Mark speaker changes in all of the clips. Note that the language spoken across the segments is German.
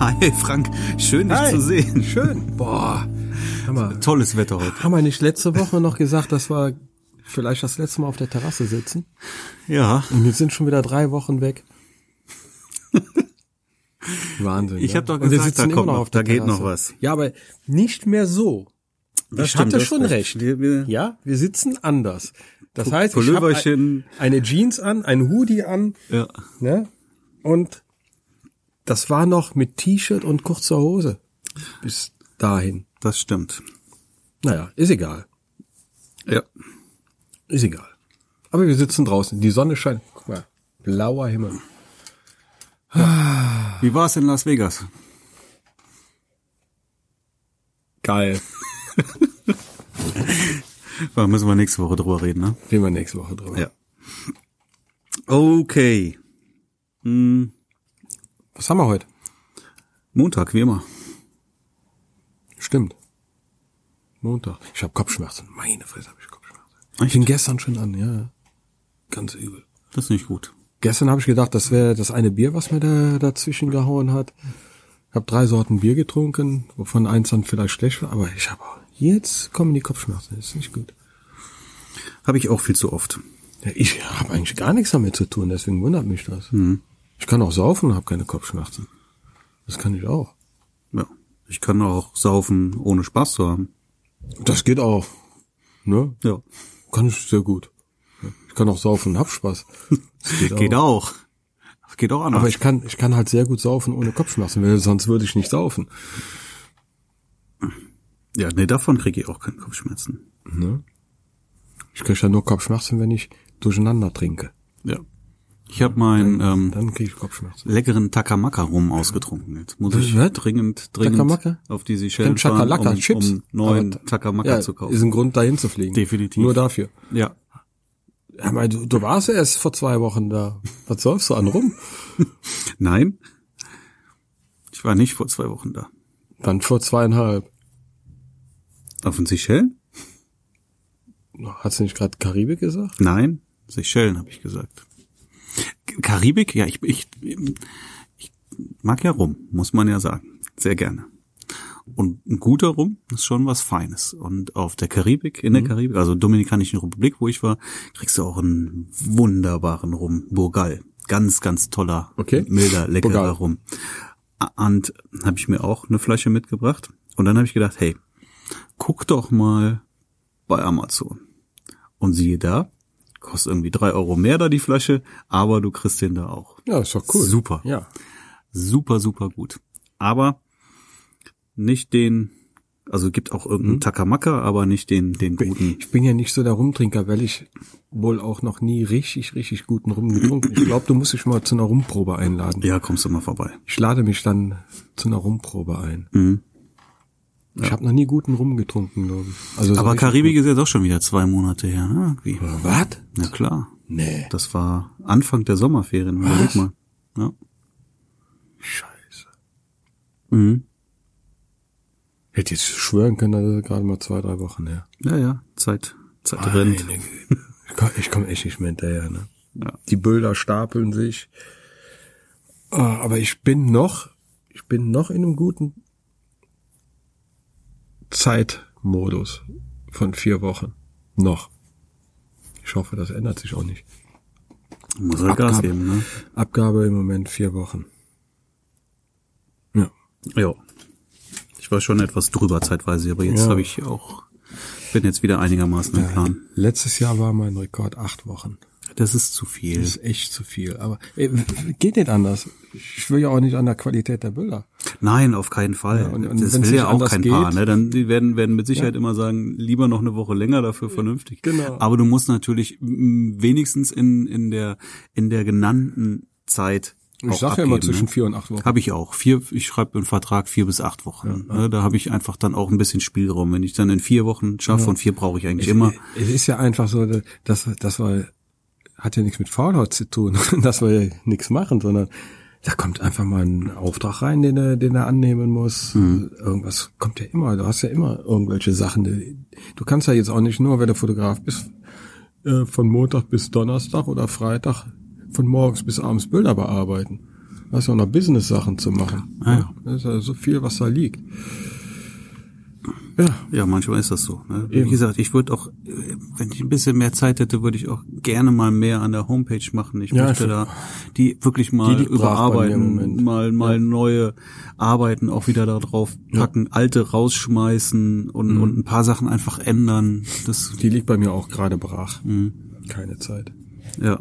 Speaker 1: Hi Frank, schön dich
Speaker 2: Hi.
Speaker 1: zu sehen.
Speaker 2: Schön. Boah. Hammer.
Speaker 1: Tolles Wetter heute.
Speaker 2: Haben wir nicht letzte Woche noch gesagt, dass wir vielleicht das letzte Mal auf der Terrasse sitzen?
Speaker 1: Ja.
Speaker 2: Und jetzt sind schon wieder drei Wochen weg. Wahnsinn.
Speaker 1: Ich
Speaker 2: ne?
Speaker 1: hab doch
Speaker 2: Und wir
Speaker 1: gesagt,
Speaker 2: sitzen
Speaker 1: da
Speaker 2: immer
Speaker 1: kommt
Speaker 2: noch
Speaker 1: noch-
Speaker 2: auf der
Speaker 1: da geht noch
Speaker 2: Terrasse.
Speaker 1: was.
Speaker 2: Ja, aber nicht mehr so. Das
Speaker 1: Stimmt,
Speaker 2: hatte
Speaker 1: du hast
Speaker 2: schon recht.
Speaker 1: Wir, wir,
Speaker 2: Ja, wir sitzen anders. Das
Speaker 1: Po-
Speaker 2: heißt, ich hab
Speaker 1: Pulloverchen.
Speaker 2: ein- eine Jeans an, ein Hoodie an,
Speaker 1: ja.
Speaker 2: ne? Und das war noch mit T-Shirt und kurzer Hose. Bis dahin.
Speaker 1: Das stimmt.
Speaker 2: Naja, ist egal.
Speaker 1: Ja.
Speaker 2: Ist egal. Aber wir sitzen draußen. Die Sonne scheint. Guck mal. Blauer Himmel.
Speaker 1: Wie war es in Las Vegas?
Speaker 2: Geil.
Speaker 1: Da müssen wir nächste Woche drüber reden, ne?
Speaker 2: Reden wir nächste Woche drüber.
Speaker 1: Ja. Okay. Hm,
Speaker 2: Was haben wir heute?
Speaker 1: Montag, wie immer.
Speaker 2: Stimmt. Montag. Ich habe Kopfschmerzen. Meine Fresse habe ich Kopfschmerzen. Ich fing gestern schon an, ja, ja. Ganz übel.
Speaker 1: Das ist nicht gut.
Speaker 2: Gestern habe ich gedacht, das wäre das eine Bier, was mir da dazwischen gehauen hat. Ich habe drei Sorten Bier getrunken, wovon eins dann vielleicht schlecht war, aber ich habe jetzt kommen die Kopfschmerzen, das ist nicht gut.
Speaker 1: Habe ich auch viel zu oft.
Speaker 2: Ja, ich habe eigentlich gar nichts damit zu tun, deswegen wundert mich das.
Speaker 1: Hm.
Speaker 2: Ich kann auch saufen und habe keine Kopfschmerzen. Das kann ich auch.
Speaker 1: Ja. Ich kann auch saufen, ohne Spaß zu haben.
Speaker 2: Das geht auch. Ne?
Speaker 1: Ja.
Speaker 2: Kann ich sehr gut. Ich kann auch saufen und hab Spaß. Das geht,
Speaker 1: Geht auch. Geht auch anders.
Speaker 2: Aber ich kann, ich kann halt sehr gut saufen ohne Kopfschmerzen, weil sonst würde ich nicht saufen.
Speaker 1: ja, nee, davon kriege ich auch keine Kopfschmerzen.
Speaker 2: Ich kriege ja nur Kopfschmerzen, wenn ich durcheinander trinke.
Speaker 1: Ja. Ich habe mein ähm,
Speaker 2: Dann kriege ich Kopfschmerzen.
Speaker 1: leckeren Takamaka rum ausgetrunken. Jetzt muss ich
Speaker 2: Äh, Was?
Speaker 1: dringend, dringend
Speaker 2: Takamaka?
Speaker 1: auf die Seychellen
Speaker 2: Dann
Speaker 1: fahren,
Speaker 2: Chakalaka,
Speaker 1: um,
Speaker 2: Chips.
Speaker 1: um neuen
Speaker 2: Aber-
Speaker 1: Takamaka
Speaker 2: ja,
Speaker 1: zu
Speaker 2: Ist
Speaker 1: kaufen.
Speaker 2: ein Grund, dahin zu fliegen.
Speaker 1: Definitiv.
Speaker 2: Nur dafür.
Speaker 1: Ja,
Speaker 2: Aber du, du warst ja erst vor zwei Wochen da. Was säufst du an rum?
Speaker 1: nein, ich war nicht vor zwei Wochen da.
Speaker 2: Dann vor zweieinhalb.
Speaker 1: Auf den Seychellen?
Speaker 2: Hast du nicht gerade Karibik gesagt?
Speaker 1: Nein, Seychellen habe ich gesagt. K- Karibik? Ja, ich, ich, ich mag ja rum, muss man ja sagen. Sehr gerne. Und ein guter Rum ist schon was Feines. Und auf der Karibik, in der Karibik, also Dominikanischen Republik, wo ich war, kriegst du auch einen wunderbaren Rum, Burgal. Ganz, ganz toller,
Speaker 2: Okay.
Speaker 1: milder, leckerer
Speaker 2: Burgal.
Speaker 1: Rum. Und habe ich mir auch eine Flasche mitgebracht. Und dann habe ich gedacht, hey, guck doch mal bei Amazon. Und siehe da, kostet irgendwie drei Euro mehr da die Flasche, aber du kriegst den da auch.
Speaker 2: Ja, ist doch cool.
Speaker 1: Super.
Speaker 2: Ja.
Speaker 1: Super, super gut. Aber nicht den, also gibt auch
Speaker 2: Hm?
Speaker 1: irgendeinen Takamaka, aber nicht den, den guten.
Speaker 2: Ich bin ja nicht so der Rumtrinker, weil ich wohl auch noch nie richtig, richtig guten Rum getrunken. Ich glaube, du musst dich mal zu einer Rumprobe einladen.
Speaker 1: Ja, kommst du mal vorbei.
Speaker 2: Ich lade mich dann zu einer Rumprobe ein.
Speaker 1: Mhm.
Speaker 2: Ich habe noch nie guten Rum getrunken, glaube ich. Also so
Speaker 1: Aber
Speaker 2: richtig-
Speaker 1: Karibik ist jetzt auch schon wieder zwei Monate her, ne? Irgendwie.
Speaker 2: Was?
Speaker 1: Na klar.
Speaker 2: Nee.
Speaker 1: Das war Anfang der Sommerferien, überleg mal. Ja.
Speaker 2: Scheiße.
Speaker 1: Mhm.
Speaker 2: Hätte jetzt schwören können, das ist gerade mal zwei, drei Wochen her.
Speaker 1: ja, ja, Zeit, Zeit
Speaker 2: Meine
Speaker 1: rennt.
Speaker 2: Güte. Ich komm- Ich komme echt nicht mehr hinterher. Ne?
Speaker 1: Ja.
Speaker 2: Die Bilder stapeln sich. Ah, Aber ich bin noch, ich bin noch in einem guten Zeitmodus von vier Wochen. Noch. Ich hoffe, das ändert sich auch nicht.
Speaker 1: Muss halt Gas
Speaker 2: Abgabe.
Speaker 1: geben, ne?
Speaker 2: Abgabe im Moment vier Wochen. Ja.
Speaker 1: Ja. Ich war schon etwas drüber zeitweise, aber jetzt
Speaker 2: Ja.
Speaker 1: habe ich auch, bin jetzt wieder einigermaßen im Plan.
Speaker 2: Letztes Jahr war mein Rekord acht Wochen.
Speaker 1: Das ist zu viel.
Speaker 2: Das ist echt zu viel. Aber äh, geht nicht anders. Ich will ja auch nicht an der Qualität der Bilder.
Speaker 1: Nein, auf keinen Fall.
Speaker 2: und- und
Speaker 1: das
Speaker 2: wenn's
Speaker 1: will ja
Speaker 2: nicht
Speaker 1: auch
Speaker 2: anders
Speaker 1: kein Paar.
Speaker 2: geht-
Speaker 1: Ne? Dann die werden werden mit Sicherheit immer sagen, lieber noch eine Woche länger dafür vernünftig.
Speaker 2: Genau.
Speaker 1: Aber du musst natürlich m, wenigstens in in der in der genannten Zeit ne?
Speaker 2: Ich sage ja immer zwischen vier und acht Wochen.
Speaker 1: Habe ich auch. Vier, ich schreibe im Vertrag vier bis acht Wochen. ne? Da habe ich einfach dann auch ein bisschen Spielraum. Wenn ich dann in vier Wochen schaffe, und vier brauche ich eigentlich immer.
Speaker 2: Es ist ja einfach so, dass, dass wir, hat ja nichts mit Faulheit zu tun, dass wir nichts machen, sondern da kommt einfach mal ein Auftrag rein, den er, den er annehmen muss.
Speaker 1: Mhm.
Speaker 2: Irgendwas kommt ja immer. Du hast ja immer irgendwelche Sachen. die- Du kannst ja jetzt auch nicht nur, wenn du Fotograf bist, äh, von Montag bis Donnerstag oder Freitag von morgens bis abends Bilder bearbeiten. weißt du, auch noch Business-Sachen zu machen.
Speaker 1: Ah, ja.
Speaker 2: Das ist ja so viel, was da liegt. Ja,
Speaker 1: Ja, manchmal ist das so. Ne? Wie gesagt, ich würde auch, äh, wenn ich ein bisschen mehr Zeit hätte, würde ich auch gerne mal mehr an der Homepage machen. Ich
Speaker 2: Ja,
Speaker 1: möchte
Speaker 2: ich-
Speaker 1: da die wirklich mal
Speaker 2: Die liegt brach bei mir im
Speaker 1: überarbeiten,
Speaker 2: Moment.
Speaker 1: mal mal neue Arbeiten auch wieder da drauf packen, alte rausschmeißen
Speaker 2: Mhm.
Speaker 1: und, und ein paar Sachen einfach ändern. Das
Speaker 2: die liegt bei mir auch gerade brach. Keine Zeit.
Speaker 1: ja.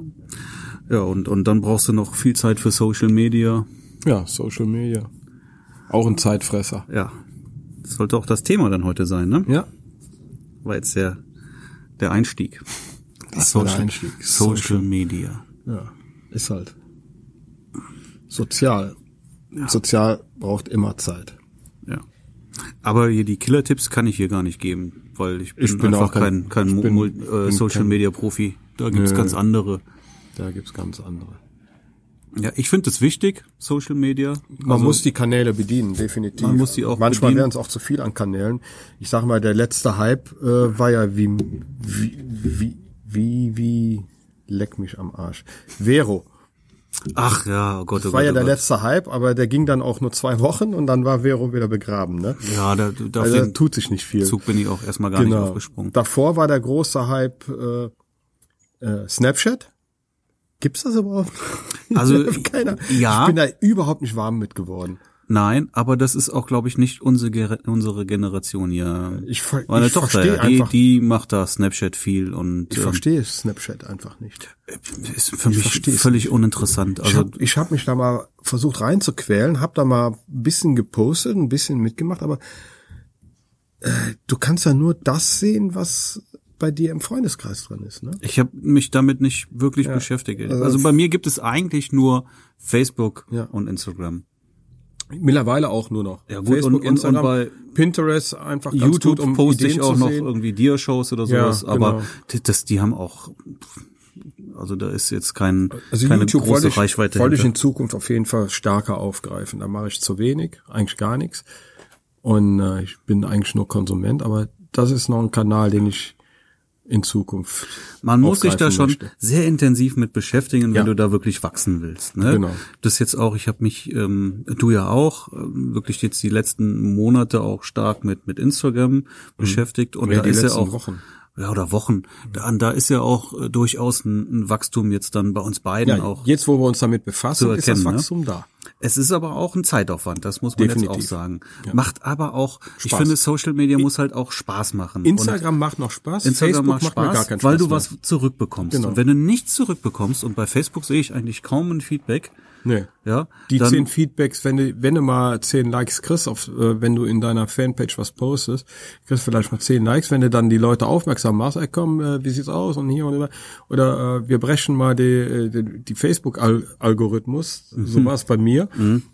Speaker 1: Ja, und, und dann brauchst du noch viel Zeit für Social Media.
Speaker 2: Ja, Social Media. Auch ein Zeitfresser.
Speaker 1: Ja. Das sollte auch das Thema dann heute sein, ne?
Speaker 2: Ja.
Speaker 1: War jetzt der, der Einstieg.
Speaker 2: Das war der Einstieg.
Speaker 1: Social Media.
Speaker 2: Ja, ist halt. Sozial. Sozial braucht immer Zeit.
Speaker 1: Ja. Aber hier die Killer-Tipps kann ich hier gar nicht geben, weil ich bin,
Speaker 2: Ich bin
Speaker 1: einfach
Speaker 2: auch
Speaker 1: kein,
Speaker 2: kein-
Speaker 1: kein,
Speaker 2: ich
Speaker 1: Mu-
Speaker 2: bin-
Speaker 1: Mul- äh,
Speaker 2: bin kein-
Speaker 1: Social-Media-Profi. Da gibt's
Speaker 2: Nö.
Speaker 1: ganz andere.
Speaker 2: Da gibt's ganz andere.
Speaker 1: Ja, ich finde es wichtig, Social Media.
Speaker 2: Man muss die Kanäle bedienen, definitiv.
Speaker 1: Man muss die auch
Speaker 2: Manchmal
Speaker 1: bedienen.
Speaker 2: wären es auch zu viel an Kanälen. Ich sag mal, der letzte Hype äh, war ja wie, wie, wie, wie, wie, leck mich am Arsch. Vero.
Speaker 1: Ach ja, oh Gott, oh
Speaker 2: War
Speaker 1: Gott,
Speaker 2: ja
Speaker 1: oh
Speaker 2: der
Speaker 1: Gott.
Speaker 2: letzte Hype, aber der ging dann auch nur zwei Wochen und dann war Vero wieder begraben, ne?
Speaker 1: Ja, da, da auf
Speaker 2: Also da
Speaker 1: den
Speaker 2: tut sich nicht viel. Genau.
Speaker 1: Zug bin ich auch erstmal gar nicht aufgesprungen.
Speaker 2: Davor war der große Hype äh, äh, Snapchat. Gibt's das überhaupt?
Speaker 1: Also,
Speaker 2: Keiner.
Speaker 1: ja.
Speaker 2: Ich bin da überhaupt nicht warm mit geworden.
Speaker 1: Nein, aber das ist auch, glaube ich, nicht unsere, Ger- unsere Generation hier.
Speaker 2: Ich ver-
Speaker 1: Meine
Speaker 2: ich
Speaker 1: Tochter,
Speaker 2: verstehe
Speaker 1: ja, die,
Speaker 2: einfach-
Speaker 1: die macht da Snapchat viel und
Speaker 2: Ich verstehe Snapchat einfach nicht.
Speaker 1: äh, ist für
Speaker 2: versteh's
Speaker 1: mich völlig uninteressant.
Speaker 2: Ich
Speaker 1: Also
Speaker 2: habe ich hab mich da mal versucht reinzuquälen, habe da mal ein bisschen gepostet, ein bisschen mitgemacht, aber äh, du kannst ja nur das sehen, was bei dir im Freundeskreis drin ist. Ne?
Speaker 1: Ich habe mich damit nicht wirklich beschäftigt. Also, bei mir gibt es eigentlich nur Facebook
Speaker 2: Ja.
Speaker 1: und Instagram.
Speaker 2: Mittlerweile auch nur noch.
Speaker 1: Ja, gut, und- und- und bei
Speaker 2: Pinterest einfach ganz
Speaker 1: YouTube
Speaker 2: gut, um
Speaker 1: poste ich
Speaker 2: Ideen
Speaker 1: auch
Speaker 2: zu
Speaker 1: noch
Speaker 2: sehen.
Speaker 1: irgendwie Dia-Shows oder
Speaker 2: Ja,
Speaker 1: sowas, aber
Speaker 2: genau.
Speaker 1: die- das, die haben auch, also da ist jetzt kein,
Speaker 2: Also
Speaker 1: keine
Speaker 2: YouTube
Speaker 1: große
Speaker 2: wollte ich,
Speaker 1: Reichweite.
Speaker 2: wollte ich
Speaker 1: hinter.
Speaker 2: in Zukunft auf jeden Fall stärker aufgreifen. Da mache ich zu wenig, eigentlich gar nichts. Und äh, ich bin eigentlich nur Konsument, aber das ist noch ein Kanal, den ich in Zukunft.
Speaker 1: Man muss sich da
Speaker 2: aufgreifen
Speaker 1: schon
Speaker 2: möchte.
Speaker 1: sehr intensiv mit beschäftigen, wenn
Speaker 2: Ja.
Speaker 1: du da wirklich wachsen willst. Ne?
Speaker 2: Genau.
Speaker 1: Das jetzt auch, ich habe mich, ähm, du ja auch, ähm, wirklich jetzt die letzten Monate auch stark mit mit Instagram beschäftigt und
Speaker 2: Mhm. Ja,
Speaker 1: da
Speaker 2: die
Speaker 1: ist ja
Speaker 2: letzten
Speaker 1: auch
Speaker 2: Wochen.
Speaker 1: ja oder Wochen, da, da ist ja auch äh, durchaus ein, ein Wachstum jetzt dann bei uns beiden
Speaker 2: Ja,
Speaker 1: auch.
Speaker 2: jetzt, wo wir uns damit befassen,
Speaker 1: zu
Speaker 2: ist das
Speaker 1: erkennen, ne?
Speaker 2: Wachstum da.
Speaker 1: Es ist aber auch ein Zeitaufwand, das muss man jetzt auch
Speaker 2: Definitiv.
Speaker 1: sagen. Macht aber auch, ich
Speaker 2: Spaß.
Speaker 1: finde, Social Media muss halt auch Spaß machen. Und-
Speaker 2: Instagram macht noch Spaß,
Speaker 1: Instagram
Speaker 2: Facebook
Speaker 1: macht Spaß,
Speaker 2: mir gar keinen Spaß
Speaker 1: weil du
Speaker 2: mehr.
Speaker 1: was zurückbekommst.
Speaker 2: Genau.
Speaker 1: Und wenn du nichts zurückbekommst, und bei Facebook sehe ich eigentlich kaum ein Feedback,
Speaker 2: Nee.
Speaker 1: ja,
Speaker 2: Die
Speaker 1: dann,
Speaker 2: zehn Feedbacks, wenn du, wenn du mal zehn Likes kriegst, auf, äh, wenn du in deiner Fanpage was postest, kriegst du vielleicht mal zehn Likes, wenn du dann die Leute aufmerksam machst, ey komm, äh, wie sieht's aus und hier und da. Oder äh, wir brechen mal die, äh, die, die Facebook-Algorithmus,
Speaker 1: Mhm.
Speaker 2: so war es bei mir.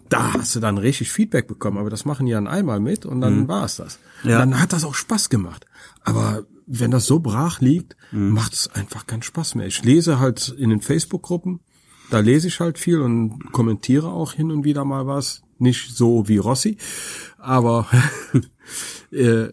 Speaker 2: Da hast du dann richtig Feedback bekommen, aber das machen die dann einmal mit und dann war es das.
Speaker 1: Mhm. Ja.
Speaker 2: Dann hat das auch Spaß gemacht. Aber wenn das so brach liegt,
Speaker 1: Mhm.
Speaker 2: macht es einfach keinen Spaß mehr. Ich lese halt in den Facebook-Gruppen, da lese ich halt viel und kommentiere auch hin und wieder mal was. Nicht so wie Rossi, aber äh,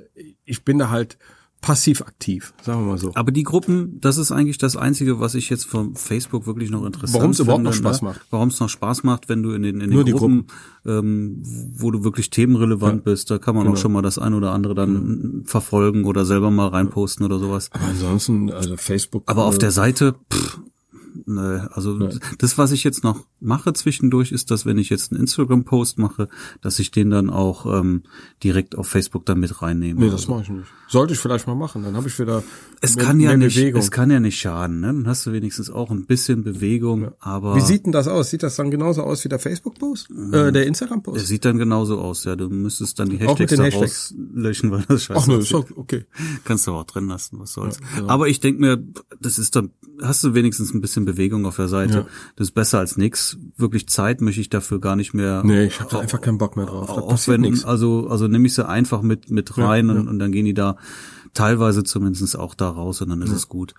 Speaker 2: ich bin da halt passiv aktiv, sagen wir mal so.
Speaker 1: aber die Gruppen, das ist eigentlich das Einzige, was ich jetzt von Facebook wirklich noch interessant
Speaker 2: Warum's überhaupt noch
Speaker 1: finde,
Speaker 2: Spaß
Speaker 1: ne?
Speaker 2: macht.
Speaker 1: Warum es noch Spaß macht, wenn du in den, in
Speaker 2: Nur
Speaker 1: den
Speaker 2: die
Speaker 1: Gruppen, Ähm, wo du wirklich themenrelevant bist, da kann man
Speaker 2: Genau.
Speaker 1: auch schon mal das ein oder andere dann verfolgen oder selber mal reinposten oder sowas.
Speaker 2: Aber ansonsten, also Facebook.
Speaker 1: Aber auf
Speaker 2: äh,
Speaker 1: der Seite, pff, ne, also das, was ich jetzt noch mache zwischendurch, ist, dass wenn ich jetzt einen Instagram-Post mache, dass ich den dann auch ähm, direkt auf Facebook dann mit reinnehme.
Speaker 2: Nee, das mache ich nicht. Sollte ich vielleicht mal machen, dann habe ich wieder
Speaker 1: es
Speaker 2: mehr-
Speaker 1: kann ja
Speaker 2: mehr
Speaker 1: nicht,
Speaker 2: Bewegung.
Speaker 1: es kann ja nicht schaden. Ne? Dann hast du wenigstens auch ein bisschen Bewegung, aber
Speaker 2: Wie sieht denn das aus? Sieht das dann genauso aus wie der Facebook-Post? Äh, der
Speaker 1: es
Speaker 2: Instagram-Post?
Speaker 1: sieht dann genauso aus. Ja, du müsstest dann die
Speaker 2: Auch
Speaker 1: Hashtags
Speaker 2: mit den
Speaker 1: da
Speaker 2: Hashtags.
Speaker 1: rauslöschen, weil das scheiße.
Speaker 2: Ach nö,
Speaker 1: aussieht.
Speaker 2: ist doch okay.
Speaker 1: Kannst du auch drin lassen, was soll's.
Speaker 2: genau.
Speaker 1: Aber ich denk mir, das ist dann, hast du wenigstens ein bisschen Bewegung auf der Seite. Das ist besser als nix. Wirklich Zeit möchte ich dafür gar nicht mehr.
Speaker 2: Nee, ich habe da einfach keinen Bock mehr drauf. Da passiert
Speaker 1: aufwenden.
Speaker 2: nichts.
Speaker 1: Also, also nehme ich sie einfach mit, mit rein und, und dann gehen die da teilweise zumindest auch da raus und dann ist es gut.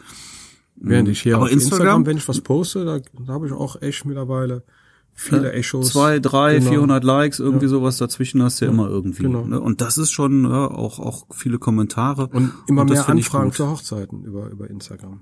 Speaker 2: Während ich hier
Speaker 1: Mhm. Aber
Speaker 2: auf Instagram,
Speaker 1: Instagram,
Speaker 2: wenn ich was poste, da, da habe ich auch echt mittlerweile viele Echos.
Speaker 1: Zwei, drei,
Speaker 2: Genau.
Speaker 1: 400 Likes, irgendwie sowas dazwischen hast du ja immer irgendwie.
Speaker 2: genau.
Speaker 1: Ne? Und das ist schon ja, auch, auch viele Kommentare.
Speaker 2: Und immer
Speaker 1: das
Speaker 2: mehr
Speaker 1: find ich
Speaker 2: Anfragen
Speaker 1: gut.
Speaker 2: zu Hochzeiten über, über Instagram.